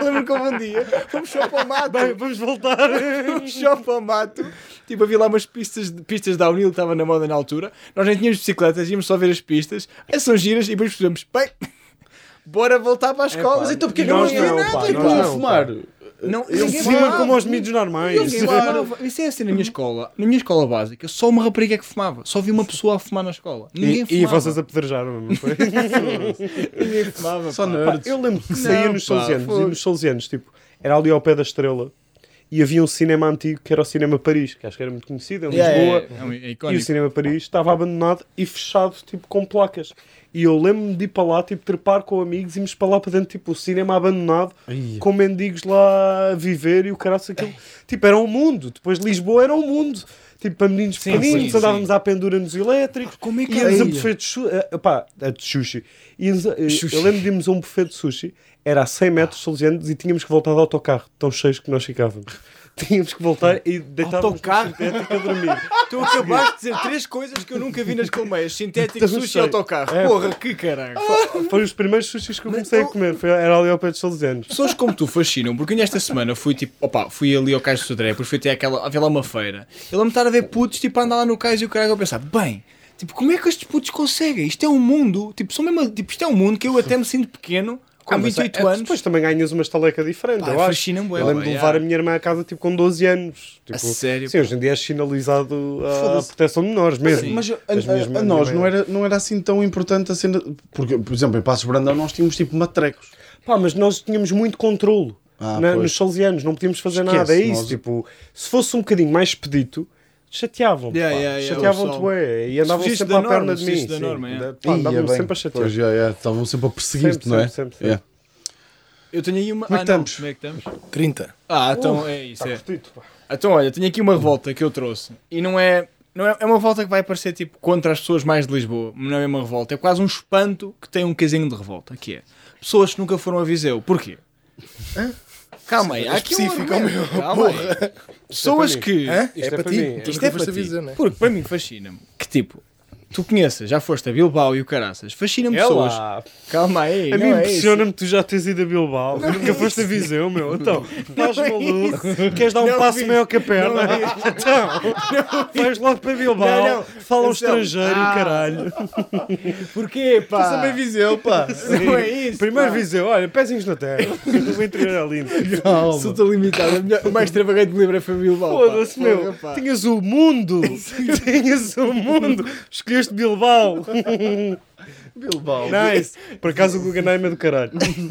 Speaker 2: Lembro que houve um dia, fomos só para o mato.
Speaker 4: Bem, vamos voltar.
Speaker 2: um shopping ao mato. Tipo, havia lá umas pistas, de- pistas da Unil que estava na moda na altura. Nós nem tínhamos bicicletas, íamos só ver as pistas. As são giras e depois percebemos, bem, bora voltar para a escola.
Speaker 1: Mas então porque é que
Speaker 4: Nós
Speaker 1: não havia
Speaker 4: não,
Speaker 1: nada?
Speaker 4: pá,
Speaker 1: Porque
Speaker 4: nós
Speaker 1: não
Speaker 4: não,
Speaker 1: fumar.
Speaker 2: não,
Speaker 1: eu
Speaker 2: tipo, ninguém
Speaker 1: fumava.
Speaker 2: fumava.
Speaker 4: Fumam como aos miúdos normais.
Speaker 2: Ninguém fumava. Isso é assim na minha escola. Na minha escola básica, só uma rapariga é que fumava. Só vi uma pessoa a fumar na escola. Ninguém
Speaker 4: E,
Speaker 2: fumava.
Speaker 4: e vocês apedrejaram não foi?
Speaker 2: Ninguém fumava.
Speaker 1: Só
Speaker 2: pá.
Speaker 1: não.
Speaker 4: Pá, eu lembro que saía
Speaker 2: Não,
Speaker 4: nos
Speaker 2: pá,
Speaker 4: Salesianos, e
Speaker 2: fogo.
Speaker 4: nos Salesianos, tipo, era ali ao pé da Estrela, e havia um cinema antigo que era o Cinema Paris, que acho que era muito conhecido em Lisboa.
Speaker 2: Yeah, é, é, um- é
Speaker 4: E o
Speaker 2: icónico.
Speaker 4: Cinema Paris estava abandonado e fechado, tipo, com placas. E eu lembro-me de ir para lá, tipo, trepar com amigos e me para lá para dentro, tipo, o cinema abandonado,
Speaker 1: Ai.
Speaker 4: com mendigos lá a viver e o caraço aquilo. Tipo, era um mundo. Depois Lisboa era um mundo. Tipo, para meninos
Speaker 2: Sim,
Speaker 4: pequeninos,
Speaker 2: sim,
Speaker 4: andávamos à pendura nos elétricos.
Speaker 2: Como é que
Speaker 4: Íamos a
Speaker 1: Ai.
Speaker 4: buffet de, su- eh, pá, eh, de sushi. Íamos a- eh,
Speaker 2: Sushi.
Speaker 4: Eu lembro de irmos a um buffet de sushi era a 100 metros salesianos e tínhamos que voltar de autocarro, tão cheios que nós ficávamos. Tínhamos que voltar e deitávamos
Speaker 2: Autocarro?
Speaker 4: sintético a dormir.
Speaker 2: Tu acabaste de dizer três coisas que eu nunca vi nas colmeias: sintético,
Speaker 4: Então, não
Speaker 2: sushi e
Speaker 4: sei.
Speaker 2: autocarro.
Speaker 4: É.
Speaker 2: Porra, que caralho.
Speaker 4: Foi os primeiros sushis que eu comecei a comer, foi, era ali ao pé dos salesianos.
Speaker 2: Pessoas como tu fascinam, porque ainda esta semana fui tipo, opa, fui ali ao Cais do Sodré, porque fui até aquela, havia lá uma feira. Eu lembro-me de estar a ver putos, tipo, a andar lá no Cais e o caralho a pensar, bem, tipo, como é que estes putos conseguem? Isto é um mundo, tipo, são mesmo, tipo, isto é um mundo que eu até me sinto pequeno, com
Speaker 4: Ah, mas
Speaker 2: 28
Speaker 4: é-
Speaker 2: anos.
Speaker 4: Depois também ganhas uma estaleca diferente,
Speaker 2: Pá,
Speaker 4: eu acho.
Speaker 2: fascina-me,
Speaker 4: Eu lembro
Speaker 2: bué,
Speaker 4: de levar
Speaker 2: yeah.
Speaker 4: a minha irmã a casa tipo com 12 anos. Tipo,
Speaker 2: A sério?
Speaker 4: Sim, hoje em dia é sinalizado a
Speaker 1: Foda-se.
Speaker 4: proteção de menores mesmo.
Speaker 1: Mas a,
Speaker 4: As minhas
Speaker 1: a-
Speaker 4: mães
Speaker 1: a nós
Speaker 4: também
Speaker 1: não era, não era assim tão importante a cena. Porque, por exemplo, em Passos Brandão nós tínhamos tipo matrecos.
Speaker 4: Pá, mas nós tínhamos muito controle
Speaker 1: Ah,
Speaker 4: na-
Speaker 1: pois.
Speaker 4: nos salesianos, não podíamos fazer
Speaker 1: Esquece,
Speaker 4: nada. É isso,
Speaker 1: nós-
Speaker 4: tipo, se fosse um bocadinho mais expedito, chateavam
Speaker 2: Yeah, yeah, yeah,
Speaker 4: chateavam-te,
Speaker 2: o pessoal.
Speaker 4: ué, e andavam
Speaker 2: fugiste
Speaker 4: sempre
Speaker 2: da
Speaker 4: à perna
Speaker 2: norma,
Speaker 4: de
Speaker 2: fugiste
Speaker 4: mim.
Speaker 2: da
Speaker 4: sim.
Speaker 2: norma, yeah.
Speaker 4: Pá,
Speaker 1: Ia
Speaker 4: andavam-me
Speaker 1: é bem,
Speaker 4: sempre a chatear.
Speaker 1: pois, já, já, Estavam sempre a perseguir-te,
Speaker 4: Sempre,
Speaker 1: não é?
Speaker 4: sempre, sempre,
Speaker 1: É.
Speaker 2: Eu tenho aí uma.
Speaker 1: Como é que
Speaker 2: ah, não,
Speaker 1: estamos?
Speaker 2: como é que estamos?
Speaker 3: 30.
Speaker 2: Ah, então é isso.
Speaker 4: Tá
Speaker 2: é.
Speaker 4: curtido, pá.
Speaker 2: Então, olha, tenho aqui uma revolta que eu trouxe e não é. Não é, é uma revolta que vai parecer tipo contra as pessoas mais de Lisboa, não é uma revolta, é quase um espanto que tem um casinho de revolta, que é pessoas que nunca foram a Viseu. Porquê? Calma aí, há aqui um
Speaker 3: Específico,
Speaker 2: argumento.
Speaker 3: meu,
Speaker 2: Calma aí. Pessoas
Speaker 4: mim.
Speaker 2: que.
Speaker 3: Hã?
Speaker 4: Isto é para
Speaker 3: ti.
Speaker 4: mim,
Speaker 3: Tu
Speaker 2: Isto
Speaker 3: nunca
Speaker 2: é
Speaker 3: foste
Speaker 2: para ti.
Speaker 3: avisar, não é?
Speaker 2: Porque para mim fascina-me que tipo, tu conheças, já foste a Bilbao e o caraças, fascina-me
Speaker 4: É
Speaker 2: pessoas.
Speaker 4: lá.
Speaker 2: Calma aí,
Speaker 4: A mim
Speaker 2: não é isso.
Speaker 4: impressiona-me que tu já tens ido a Bilbao. nunca foste a Viseu, meu. Então, estás
Speaker 2: é
Speaker 4: maluco? Queres dar um passo
Speaker 2: fiz.
Speaker 4: maior que a perna? então, vais logo para Bilbao.
Speaker 2: é Não, não.
Speaker 4: Fala um
Speaker 2: Atenção.
Speaker 4: estrangeiro,
Speaker 2: Ah.
Speaker 4: caralho.
Speaker 2: Porquê, pá?
Speaker 1: Viseu, pá.
Speaker 2: Não é isso.
Speaker 4: Primeiro
Speaker 2: pá.
Speaker 4: Viseu, olha, pezinhos na terra. o interior é lindo.
Speaker 2: Sou tão limitado. A melhor- o mais extravagante livro é foi Bilbao. pá.
Speaker 4: Foda-se, meu.
Speaker 2: Porra, pá.
Speaker 4: Tinhas o mundo. Tinhas o mundo. Escolheste Bilbao.
Speaker 1: Bilbao.
Speaker 4: Nice. Por acaso o Guggenheim é do caralho.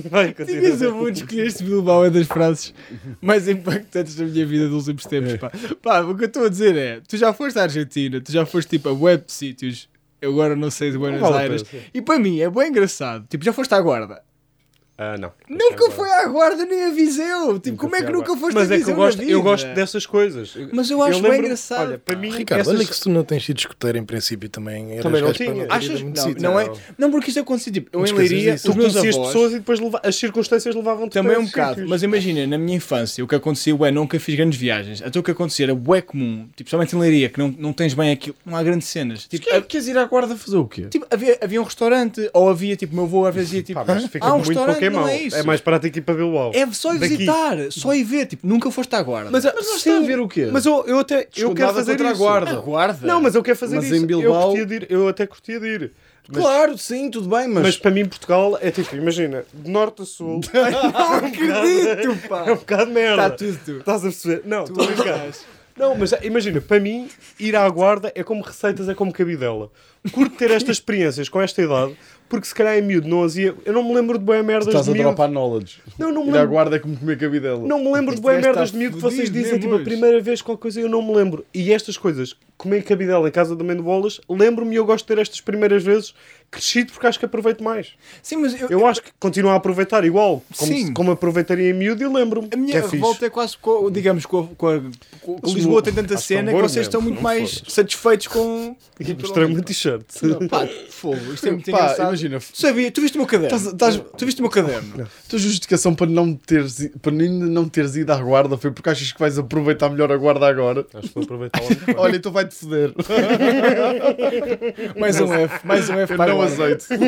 Speaker 4: Vai,
Speaker 2: Tinhas
Speaker 4: continua.
Speaker 2: a muito escolher este Bilbao é das frases mais impactantes da minha vida dos últimos tempos. Pá. Pá, o que eu estou a dizer é: tu já foste à Argentina, tu já foste tipo a web sítios, eu agora não sei de Buenos
Speaker 4: Não vale a
Speaker 2: Aires,
Speaker 4: pena, sim.
Speaker 2: e para mim é bem engraçado. Tipo, já foste à Guarda.
Speaker 4: Ah, não.
Speaker 2: Nunca foi à Guarda nem a Viseu. Tipo, como é que nunca foste
Speaker 4: Mas
Speaker 2: a
Speaker 4: é
Speaker 2: Viseu?
Speaker 4: que eu
Speaker 2: na
Speaker 4: gosto, eu
Speaker 2: vida?
Speaker 4: gosto dessas coisas.
Speaker 2: Mas eu acho bem
Speaker 4: lembro-
Speaker 2: engraçado.
Speaker 4: Olha, para mim,
Speaker 3: Ricardo,
Speaker 4: essas-
Speaker 3: olha que se tu não tens sido escoteiro em princípio também. eras
Speaker 4: Também não
Speaker 3: gajo para
Speaker 4: tinha.
Speaker 3: ter
Speaker 2: Achas
Speaker 3: ido a
Speaker 2: que
Speaker 3: muito
Speaker 2: não,
Speaker 3: sítio.
Speaker 2: não é? Não, porque isso aconteceu. Tipo, eu em
Speaker 3: Muitas vezes
Speaker 2: Leiria,
Speaker 3: isso.
Speaker 2: os
Speaker 4: tu
Speaker 2: meus
Speaker 4: conhecias
Speaker 2: avós-
Speaker 4: pessoas e depois leva- as circunstâncias levavam-te
Speaker 2: Também
Speaker 4: para
Speaker 2: um
Speaker 4: esses
Speaker 2: bocado,
Speaker 4: sítios.
Speaker 2: mas imagina, na minha infância, o que acontecia, ué, nunca fiz grandes viagens. Até o que acontecia era bué comum, tipo, somente em Leiria, que não, não tens bem aquilo, não há grandes cenas. Tipo,
Speaker 1: Quer- Queres ir à guarda fazer o quê?
Speaker 2: tipo, havia, havia um restaurante, ou havia, tipo, meu avô às vezes ia, tipo,
Speaker 4: Pá, Ah, mas
Speaker 2: "Hã?
Speaker 4: fica
Speaker 2: há um
Speaker 4: muito
Speaker 2: restaurante,
Speaker 4: pouco em mão.
Speaker 2: não é
Speaker 4: É,
Speaker 2: isso.
Speaker 4: mais prático ir para Bilbao.
Speaker 2: É só ir
Speaker 4: Daqui.
Speaker 2: visitar, só ir ver, tipo, nunca foste à guarda.
Speaker 4: Mas,
Speaker 1: Mas nós
Speaker 4: sim,
Speaker 1: está a ver o quê?
Speaker 4: Mas eu, eu até eu
Speaker 1: Escudada
Speaker 4: quero fazer
Speaker 1: contra a
Speaker 4: isso.
Speaker 1: guarda.
Speaker 2: a guarda?
Speaker 4: Não, mas eu quero fazer
Speaker 1: Mas
Speaker 4: isso.
Speaker 1: em Bilbao-
Speaker 4: Eu, curtia de ir, eu até curtia de ir. Mas,
Speaker 1: Claro, sim, tudo bem, mas.
Speaker 4: mas... para mim Portugal é tipo, imagina, de norte a sul
Speaker 2: não acredito,
Speaker 4: é um
Speaker 2: pá.
Speaker 4: bocado merda.
Speaker 2: Está tudo tu.
Speaker 4: Estás a perceber? Não, estou a brincar.
Speaker 2: Mas
Speaker 4: Não, mas imagina, para mim, ir à guarda é como receitas, é como cabidela. Curto ter estas experiências com esta idade, porque se calhar em miúdo não as ia. Eu não me lembro de boé merdas
Speaker 1: Estás
Speaker 4: de
Speaker 1: a
Speaker 4: miúdo.
Speaker 1: dropar knowledge.
Speaker 4: Não, não me
Speaker 1: Ir à
Speaker 4: lembro.
Speaker 1: guarda é como comer cabidela.
Speaker 4: Não me lembro de
Speaker 2: Este
Speaker 4: boé
Speaker 2: gajo
Speaker 4: merdas
Speaker 2: está
Speaker 4: de miúdo que vocês
Speaker 2: fodido,
Speaker 4: dizem,
Speaker 2: né,
Speaker 4: tipo, a
Speaker 2: moço?
Speaker 4: primeira vez qualquer coisa eu não me lembro. E estas coisas, comer cabidela em casa do Mendobolas, lembro-me e eu gosto de ter estas primeiras vezes crescido porque acho que aproveito mais.
Speaker 2: Sim, mas eu,
Speaker 4: Eu acho que continuo a aproveitar igual, como,
Speaker 2: Sim.
Speaker 4: como aproveitaria em miúdo e lembro-me.
Speaker 2: A minha
Speaker 4: que é fixe.
Speaker 2: revolta é quase, co- digamos, com, a- com a- com- com Lisboa tem tanta
Speaker 4: acho que
Speaker 2: cena
Speaker 4: é um
Speaker 2: que
Speaker 4: bom
Speaker 2: vocês estão
Speaker 4: exemplo,
Speaker 2: muito
Speaker 4: não
Speaker 2: mais satisfeitos com.
Speaker 4: E mostrei-me a t-shirt.
Speaker 2: Pá, fogo, isto é muito
Speaker 1: Pá,
Speaker 2: engraçado.
Speaker 1: imagina,
Speaker 2: Tu sabia, tu viste o meu caderno.
Speaker 1: Estás- estás-
Speaker 2: Tu viste o meu caderno.
Speaker 1: tua justificação para não teres, i- para ainda não teres ido à guarda foi porque achas que vais aproveitar melhor a guarda agora.
Speaker 4: Acho que vou aproveitar logo.
Speaker 1: Olha, então vai-te foder.
Speaker 2: Mais um F, mais um F
Speaker 1: Eu
Speaker 2: para
Speaker 1: não
Speaker 2: agora.
Speaker 1: aceito.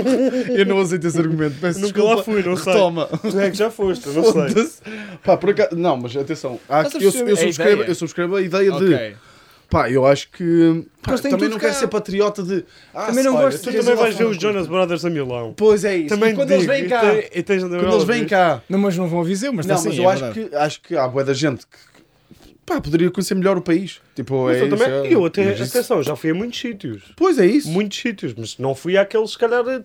Speaker 1: Eu não aceito esse argumento. Peço
Speaker 4: Nunca
Speaker 1: desculpa.
Speaker 4: lá fui, não sei.
Speaker 1: Retoma.
Speaker 4: Tu é que já foste, eu não sei.
Speaker 1: Foda-se. Pá, por acaso, não, mas atenção, há-
Speaker 2: Estás a
Speaker 1: eu,
Speaker 4: É
Speaker 2: perceber
Speaker 1: eu
Speaker 2: a
Speaker 1: subscrevo,
Speaker 2: ideia?
Speaker 1: eu subscrevo a ideia de
Speaker 2: Ok.
Speaker 1: pá, eu acho que pá,
Speaker 2: Mas tem
Speaker 1: também
Speaker 2: tudo
Speaker 1: não
Speaker 2: cá.
Speaker 1: quero ser patriota de ah,
Speaker 2: Também não
Speaker 1: olha,
Speaker 2: gosto
Speaker 1: tu
Speaker 2: de
Speaker 4: Tu
Speaker 2: ser-
Speaker 1: tens
Speaker 4: também
Speaker 1: uma
Speaker 4: vais ver
Speaker 1: forma
Speaker 4: os Jonas Brothers a Milão.
Speaker 1: Pois é isso.
Speaker 4: Também
Speaker 1: E quando
Speaker 4: te
Speaker 1: eles
Speaker 4: digo,
Speaker 1: vêm cá,
Speaker 4: e te- e tens de
Speaker 1: quando eles vêm cá,
Speaker 2: Não, mas não vão a Viseu, mas
Speaker 1: não,
Speaker 2: está
Speaker 4: tá
Speaker 1: mas tá
Speaker 2: assim,
Speaker 1: eu
Speaker 2: é
Speaker 1: acho
Speaker 2: verdade.
Speaker 1: que acho que há boa da gente que pá, poderia conhecer melhor o país. Tipo,
Speaker 4: Mas
Speaker 1: é
Speaker 4: eu
Speaker 1: isso,
Speaker 4: também,
Speaker 1: é-
Speaker 4: eu até,
Speaker 1: mas isso-
Speaker 4: atenção, já fui a muitos sítios.
Speaker 1: Pois é isso.
Speaker 4: Muitos sítios, mas não fui àqueles, se calhar, eh,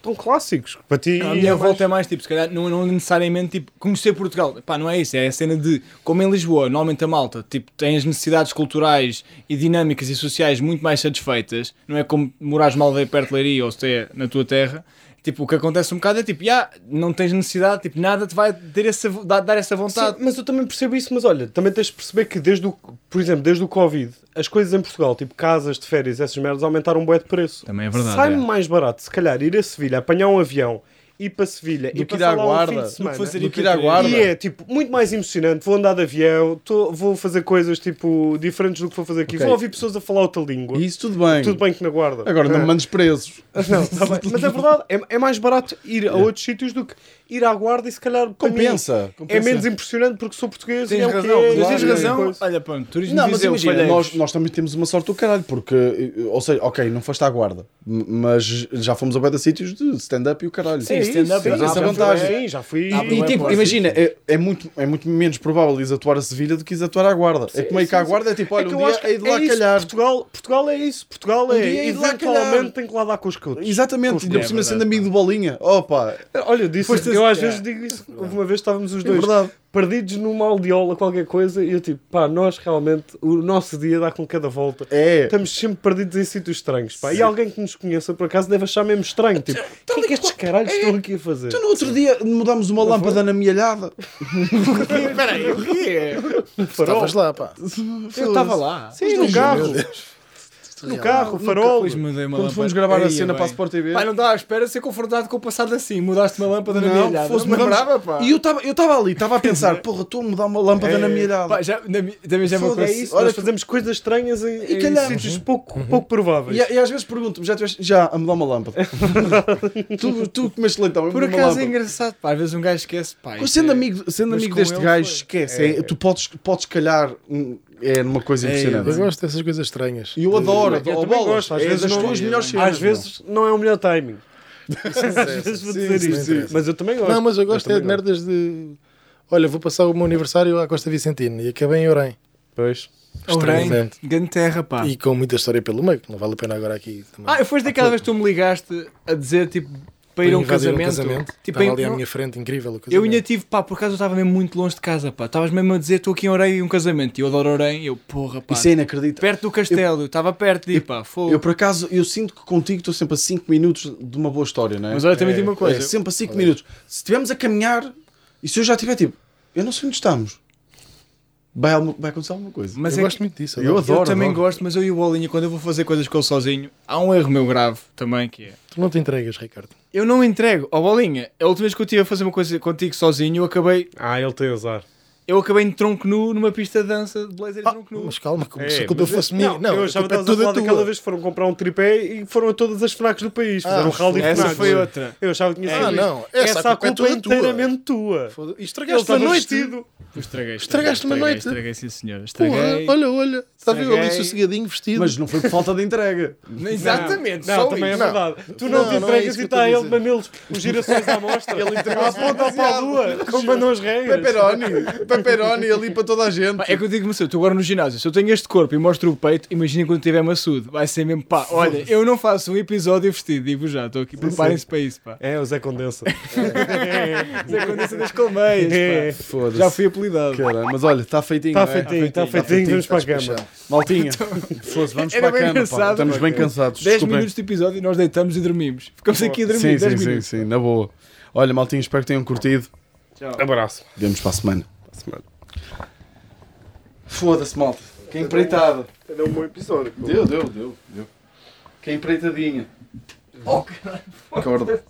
Speaker 4: tão clássicos. Para ti,
Speaker 2: A minha
Speaker 4: é mais-
Speaker 2: volta é mais tipo, se calhar não, não necessariamente tipo, conhecer Portugal. Pá, não é isso, é a cena de, como em Lisboa, normalmente a malta tipo, tem as necessidades culturais e dinâmicas e sociais muito mais satisfeitas, não é como morares numa aldeia perto de Leiria ou se é na tua terra. Tipo, o que acontece um bocado é tipo, já, não tens necessidade, tipo, nada te vai ter essa, vo- dar, dar essa vontade.
Speaker 4: Sim, mas eu também percebo isso, mas olha, também tens de perceber que desde o, por exemplo, desde o Covid, as coisas em Portugal, tipo casas de férias, essas merdas, aumentaram um bué de preço.
Speaker 2: Também é verdade,
Speaker 4: Sai-me
Speaker 2: é.
Speaker 4: mais barato, se calhar, ir a Sevilha, apanhar um avião, ir para Sevilha
Speaker 1: Do
Speaker 4: e
Speaker 1: que ir
Speaker 4: passar
Speaker 1: à
Speaker 4: lá um
Speaker 1: Guarda.
Speaker 4: fim de
Speaker 1: Do que
Speaker 4: semana.
Speaker 2: fazer
Speaker 1: Do que ir à
Speaker 2: Patrick.
Speaker 1: guarda.
Speaker 4: E é tipo muito mais emocionante. Vou andar de avião, tô- vou fazer coisas tipo diferentes do que vou fazer aqui.
Speaker 1: Ok.
Speaker 4: Vou ouvir pessoas a falar outra língua.
Speaker 1: Isso tudo bem.
Speaker 4: Tudo bem que na guarda.
Speaker 1: Agora não
Speaker 4: É.
Speaker 1: me mandes presos.
Speaker 4: Não, tá bem. Mas é verdade, é, é mais barato ir a outros sítios do que ir à guarda e se calhar para mim,
Speaker 1: Compensa.
Speaker 4: É
Speaker 1: compensa.
Speaker 4: menos impressionante porque sou português e
Speaker 2: Tens
Speaker 4: é o que
Speaker 2: razão,
Speaker 4: é,
Speaker 2: mas tens
Speaker 4: e
Speaker 2: razão.
Speaker 4: coisa.
Speaker 2: Olha, pronto, turismo
Speaker 1: Não,
Speaker 2: de
Speaker 1: mas
Speaker 2: Viseu,
Speaker 1: imagina,
Speaker 2: falheiros.
Speaker 1: nós, nós também temos uma sorte do caralho, porque, eh, ou seja, ok, não foste à guarda, m- mas já fomos a bué de sítios de stand-up e o caralho.
Speaker 4: É
Speaker 1: é
Speaker 2: Sim, stand-up,
Speaker 4: sim,
Speaker 2: mas há
Speaker 4: já fui-
Speaker 1: vantagem.
Speaker 4: sim, já fui.
Speaker 2: Há
Speaker 1: E
Speaker 2: Não é
Speaker 1: tipo,
Speaker 2: fácil.
Speaker 1: imagina, é, é muito, é muito menos provável ires atuar a Sevilha do que ires atuar à Guarda. é como é que à Guarda é tipo, olha,
Speaker 4: É que
Speaker 1: um
Speaker 4: eu
Speaker 1: dia
Speaker 4: acho que
Speaker 1: hei de lá
Speaker 4: é isso,
Speaker 1: calhar.
Speaker 4: Portugal, Portugal é isso. Portugal é.
Speaker 1: Um dia hei de lá calhar.
Speaker 4: eventualmente tem que lá dar com os né? cautos.
Speaker 1: Exatamente, ainda por cima sendo amigo do Bolinha. Opa,
Speaker 4: Olha, eu disse,
Speaker 1: Foste-
Speaker 4: eu às
Speaker 1: é.
Speaker 4: vezes digo isso. Houve uma vez estávamos os
Speaker 1: é
Speaker 4: dois
Speaker 1: verdade.
Speaker 4: perdidos numa aldeola, qualquer coisa, e eu tipo, pá, nós realmente, o nosso dia dá com cada volta.
Speaker 1: É.
Speaker 4: Estamos sempre perdidos em sítios estranhos, pá. E alguém que nos conheça, por acaso, deve achar mesmo estranho. Tipo, o que é que estes caralhos estão aqui a fazer?
Speaker 1: Então no outro dia mudámos uma lâmpada na mialhada.
Speaker 2: Espera aí, o que é?
Speaker 4: Farol.
Speaker 3: Estavas lá, pá.
Speaker 2: Eu estava lá.
Speaker 4: Sim, no carro. No carro, farol.
Speaker 2: Depois mudei é uma
Speaker 1: Quando
Speaker 2: lâmpada.
Speaker 1: fomos gravar a
Speaker 2: Aí,
Speaker 1: cena
Speaker 2: bem.
Speaker 1: para a Sport TV.
Speaker 2: Pá, não dá à espera ser confrontado com o passado assim. Mudaste uma lâmpada na minha olhada.
Speaker 1: fosse
Speaker 2: Não me
Speaker 1: mudarmos-
Speaker 2: lembrava, pá. É,
Speaker 1: E eu estava eu tava ali, estava a pensar, porra, estou a mudar uma lâmpada na mialhada.
Speaker 2: Pá, já, na, mi- também já me
Speaker 1: Foda-se.
Speaker 2: aconteceu.
Speaker 4: É isso,
Speaker 1: Olha
Speaker 4: nós
Speaker 1: que-
Speaker 4: fazemos coisas estranhas em,
Speaker 1: E
Speaker 4: em
Speaker 1: calhamos.
Speaker 2: Uhum.
Speaker 4: sítios pouco, pouco prováveis.
Speaker 1: E, e às vezes pergunto-me, já tiveste já a mudar uma lâmpada? tu, tu comeste leitão, eu
Speaker 2: Por
Speaker 1: mudei uma
Speaker 2: acaso é
Speaker 1: lâmpada.
Speaker 2: engraçado. Pá, às vezes um gajo esquece. Pá, isto
Speaker 1: Sendo
Speaker 2: é-
Speaker 1: amigo, sendo
Speaker 2: Mas
Speaker 1: amigo
Speaker 2: com
Speaker 1: deste
Speaker 2: ele
Speaker 1: gajo,
Speaker 2: foi.
Speaker 1: esquece. é- tu podes, podes calhar, hum, é numa coisa
Speaker 2: É,
Speaker 3: Eu
Speaker 1: impressionante.
Speaker 3: gosto dessas coisas estranhas.
Speaker 1: E eu adoro,
Speaker 4: Eu
Speaker 1: adoro
Speaker 4: também
Speaker 1: bolas.
Speaker 4: gosto, às
Speaker 1: é
Speaker 4: vezes
Speaker 1: das
Speaker 4: não-
Speaker 1: tuas
Speaker 2: é,
Speaker 1: melhores cenas.
Speaker 4: Às vezes não é o melhor timing. é Às vezes vou
Speaker 1: Sim,
Speaker 4: dizer
Speaker 1: sim,
Speaker 4: isto.
Speaker 1: sim.
Speaker 4: é Mas eu também gosto.
Speaker 3: Não, mas eu gosto é
Speaker 4: também
Speaker 3: de merdas de. Olha, vou passar o meu aniversário à Costa Vicentina e acabei em Orem.
Speaker 1: Pois.
Speaker 2: Orem,
Speaker 3: Estranhamente.
Speaker 2: é grande terra, pá.
Speaker 4: Ah.
Speaker 3: E com muita história pelo meio, que não vale a pena agora aqui também.
Speaker 2: Ah, e foste daquela vez que tu me ligaste a dizer, tipo, para ir a um
Speaker 3: invadir
Speaker 2: casamento.
Speaker 3: Tipo,
Speaker 2: Tipo,
Speaker 3: Estava
Speaker 2: em-
Speaker 3: ali à
Speaker 2: não-
Speaker 3: minha frente, incrível. o
Speaker 2: eu
Speaker 3: casamento.
Speaker 2: ainda tive, pá, por acaso eu estava mesmo muito longe de casa, pá. Estavas mesmo a dizer, estou aqui em Orem e um casamento. E eu adoro Orem. E eu, porra, pá.
Speaker 1: Isso é inacreditável.
Speaker 2: Perto do castelo, eu estava perto de ir, pá. Fogo.
Speaker 1: Eu, por acaso, eu sinto que contigo estou sempre a 5 minutos de uma boa história, não é?
Speaker 2: Mas olha, também
Speaker 3: É,
Speaker 2: digo uma coisa.
Speaker 1: É, sempre a 5 minutos. Se estivermos a caminhar e se eu já estiver tipo, eu não sei onde estamos, vai, almo- vai acontecer alguma coisa.
Speaker 2: Mas
Speaker 3: eu
Speaker 2: é
Speaker 3: gosto muito disso.
Speaker 1: Eu
Speaker 3: adoro.
Speaker 1: adoro.
Speaker 2: eu também
Speaker 1: adoro.
Speaker 2: gosto, mas eu e o Bolinha, quando eu vou fazer coisas com ele sozinho, há um erro meu grave também que é.
Speaker 3: Tu não te entregas, Ricardo.
Speaker 2: Eu não entrego. Ó Bolinha, a última vez que eu estive a fazer uma coisa contigo sozinho, eu acabei,
Speaker 4: Ah, ele tem azar.
Speaker 2: eu acabei de tronco nu numa pista de dança de blazer de
Speaker 3: Ah,
Speaker 2: tronco nu.
Speaker 3: mas calma, como
Speaker 4: É,
Speaker 3: se a culpa
Speaker 4: mas-
Speaker 3: fosse minha. Não,
Speaker 4: eu
Speaker 3: a
Speaker 4: achava que
Speaker 3: culpa é
Speaker 4: estavas a
Speaker 3: toda
Speaker 4: falar daquela
Speaker 3: tua.
Speaker 4: vez que foram comprar um tripé e foram a todas as FNACs do país. Fizeram um rally de
Speaker 2: Essa
Speaker 4: FNACs.
Speaker 2: foi outra.
Speaker 4: Eu achava que tinha sido
Speaker 3: Ah,
Speaker 4: isso.
Speaker 3: não, essa
Speaker 4: É, a culpa, é
Speaker 3: toda tua.
Speaker 4: inteiramente tua.
Speaker 3: Foda- E
Speaker 4: Ele
Speaker 3: estragaste a
Speaker 4: estava
Speaker 3: noite.
Speaker 4: vestido.
Speaker 2: Eu Estraguei.
Speaker 3: Estragaste uma
Speaker 2: estraguei,
Speaker 3: noite.
Speaker 2: Estraguei, sim, senhor.
Speaker 3: Porra,
Speaker 2: Estraguei.
Speaker 3: olha, olha. Estava eu ali
Speaker 2: Estraguei.
Speaker 3: sossegadinho, vestido.
Speaker 1: Mas não foi por falta de entrega.
Speaker 2: Exatamente,
Speaker 4: Não,
Speaker 2: só
Speaker 4: também
Speaker 2: isso.
Speaker 4: é verdade. Tu
Speaker 3: Não,
Speaker 4: não,
Speaker 3: não é
Speaker 4: te entregas
Speaker 3: isso que
Speaker 4: e
Speaker 3: eu estou
Speaker 4: está
Speaker 3: a
Speaker 4: ele
Speaker 3: dizer.
Speaker 4: mamilos, os girassóis à mostra. ele entregou à ponta para a lua, como mandam as regras.
Speaker 1: Pepperoni, pepperoni ali para toda a gente.
Speaker 2: Pá, É que eu digo-me assim, eu estou agora no ginásio, se eu tenho este corpo e mostro o peito, imagina quando tiver maçudo. Vai ser mesmo, pá, olha, eu não faço um episódio vestido, digo já, estou aqui, preparem-se para isso, pá.
Speaker 4: É, o Zé Condensa. É.
Speaker 2: Isso acontece É. das colmeias, pá.
Speaker 1: Foda-se.
Speaker 2: Já fui Tá apelidado.
Speaker 1: Caralho, mas olha, está feitinho.
Speaker 4: Está
Speaker 1: não é?
Speaker 4: Tá feitinho, está feitinho, tá vamos para a
Speaker 3: Paixão.
Speaker 4: cama.
Speaker 1: Maltinha, foda-se, vamos
Speaker 2: Então, Era
Speaker 1: para a cama.
Speaker 2: bem
Speaker 1: pá.
Speaker 2: engraçado,
Speaker 1: Estamos
Speaker 2: pá,
Speaker 1: bem
Speaker 2: cara.
Speaker 1: cansados.
Speaker 2: 10
Speaker 1: desculpem.
Speaker 2: minutos de episódio e nós deitamos e dormimos. Ficamos aqui a dormir
Speaker 1: Sim,
Speaker 2: 10
Speaker 1: sim, sim,
Speaker 2: minutos.
Speaker 1: sim, na boa. Olha, Maltinha, espero que tenham curtido.
Speaker 4: Abraço.
Speaker 1: Vemos para a semana. Foda-se, malta. é Que empreitada.
Speaker 4: Era um bom episódio.
Speaker 1: é Deu, deu, deu. deu. Que empreitadinha. Oh, caralho.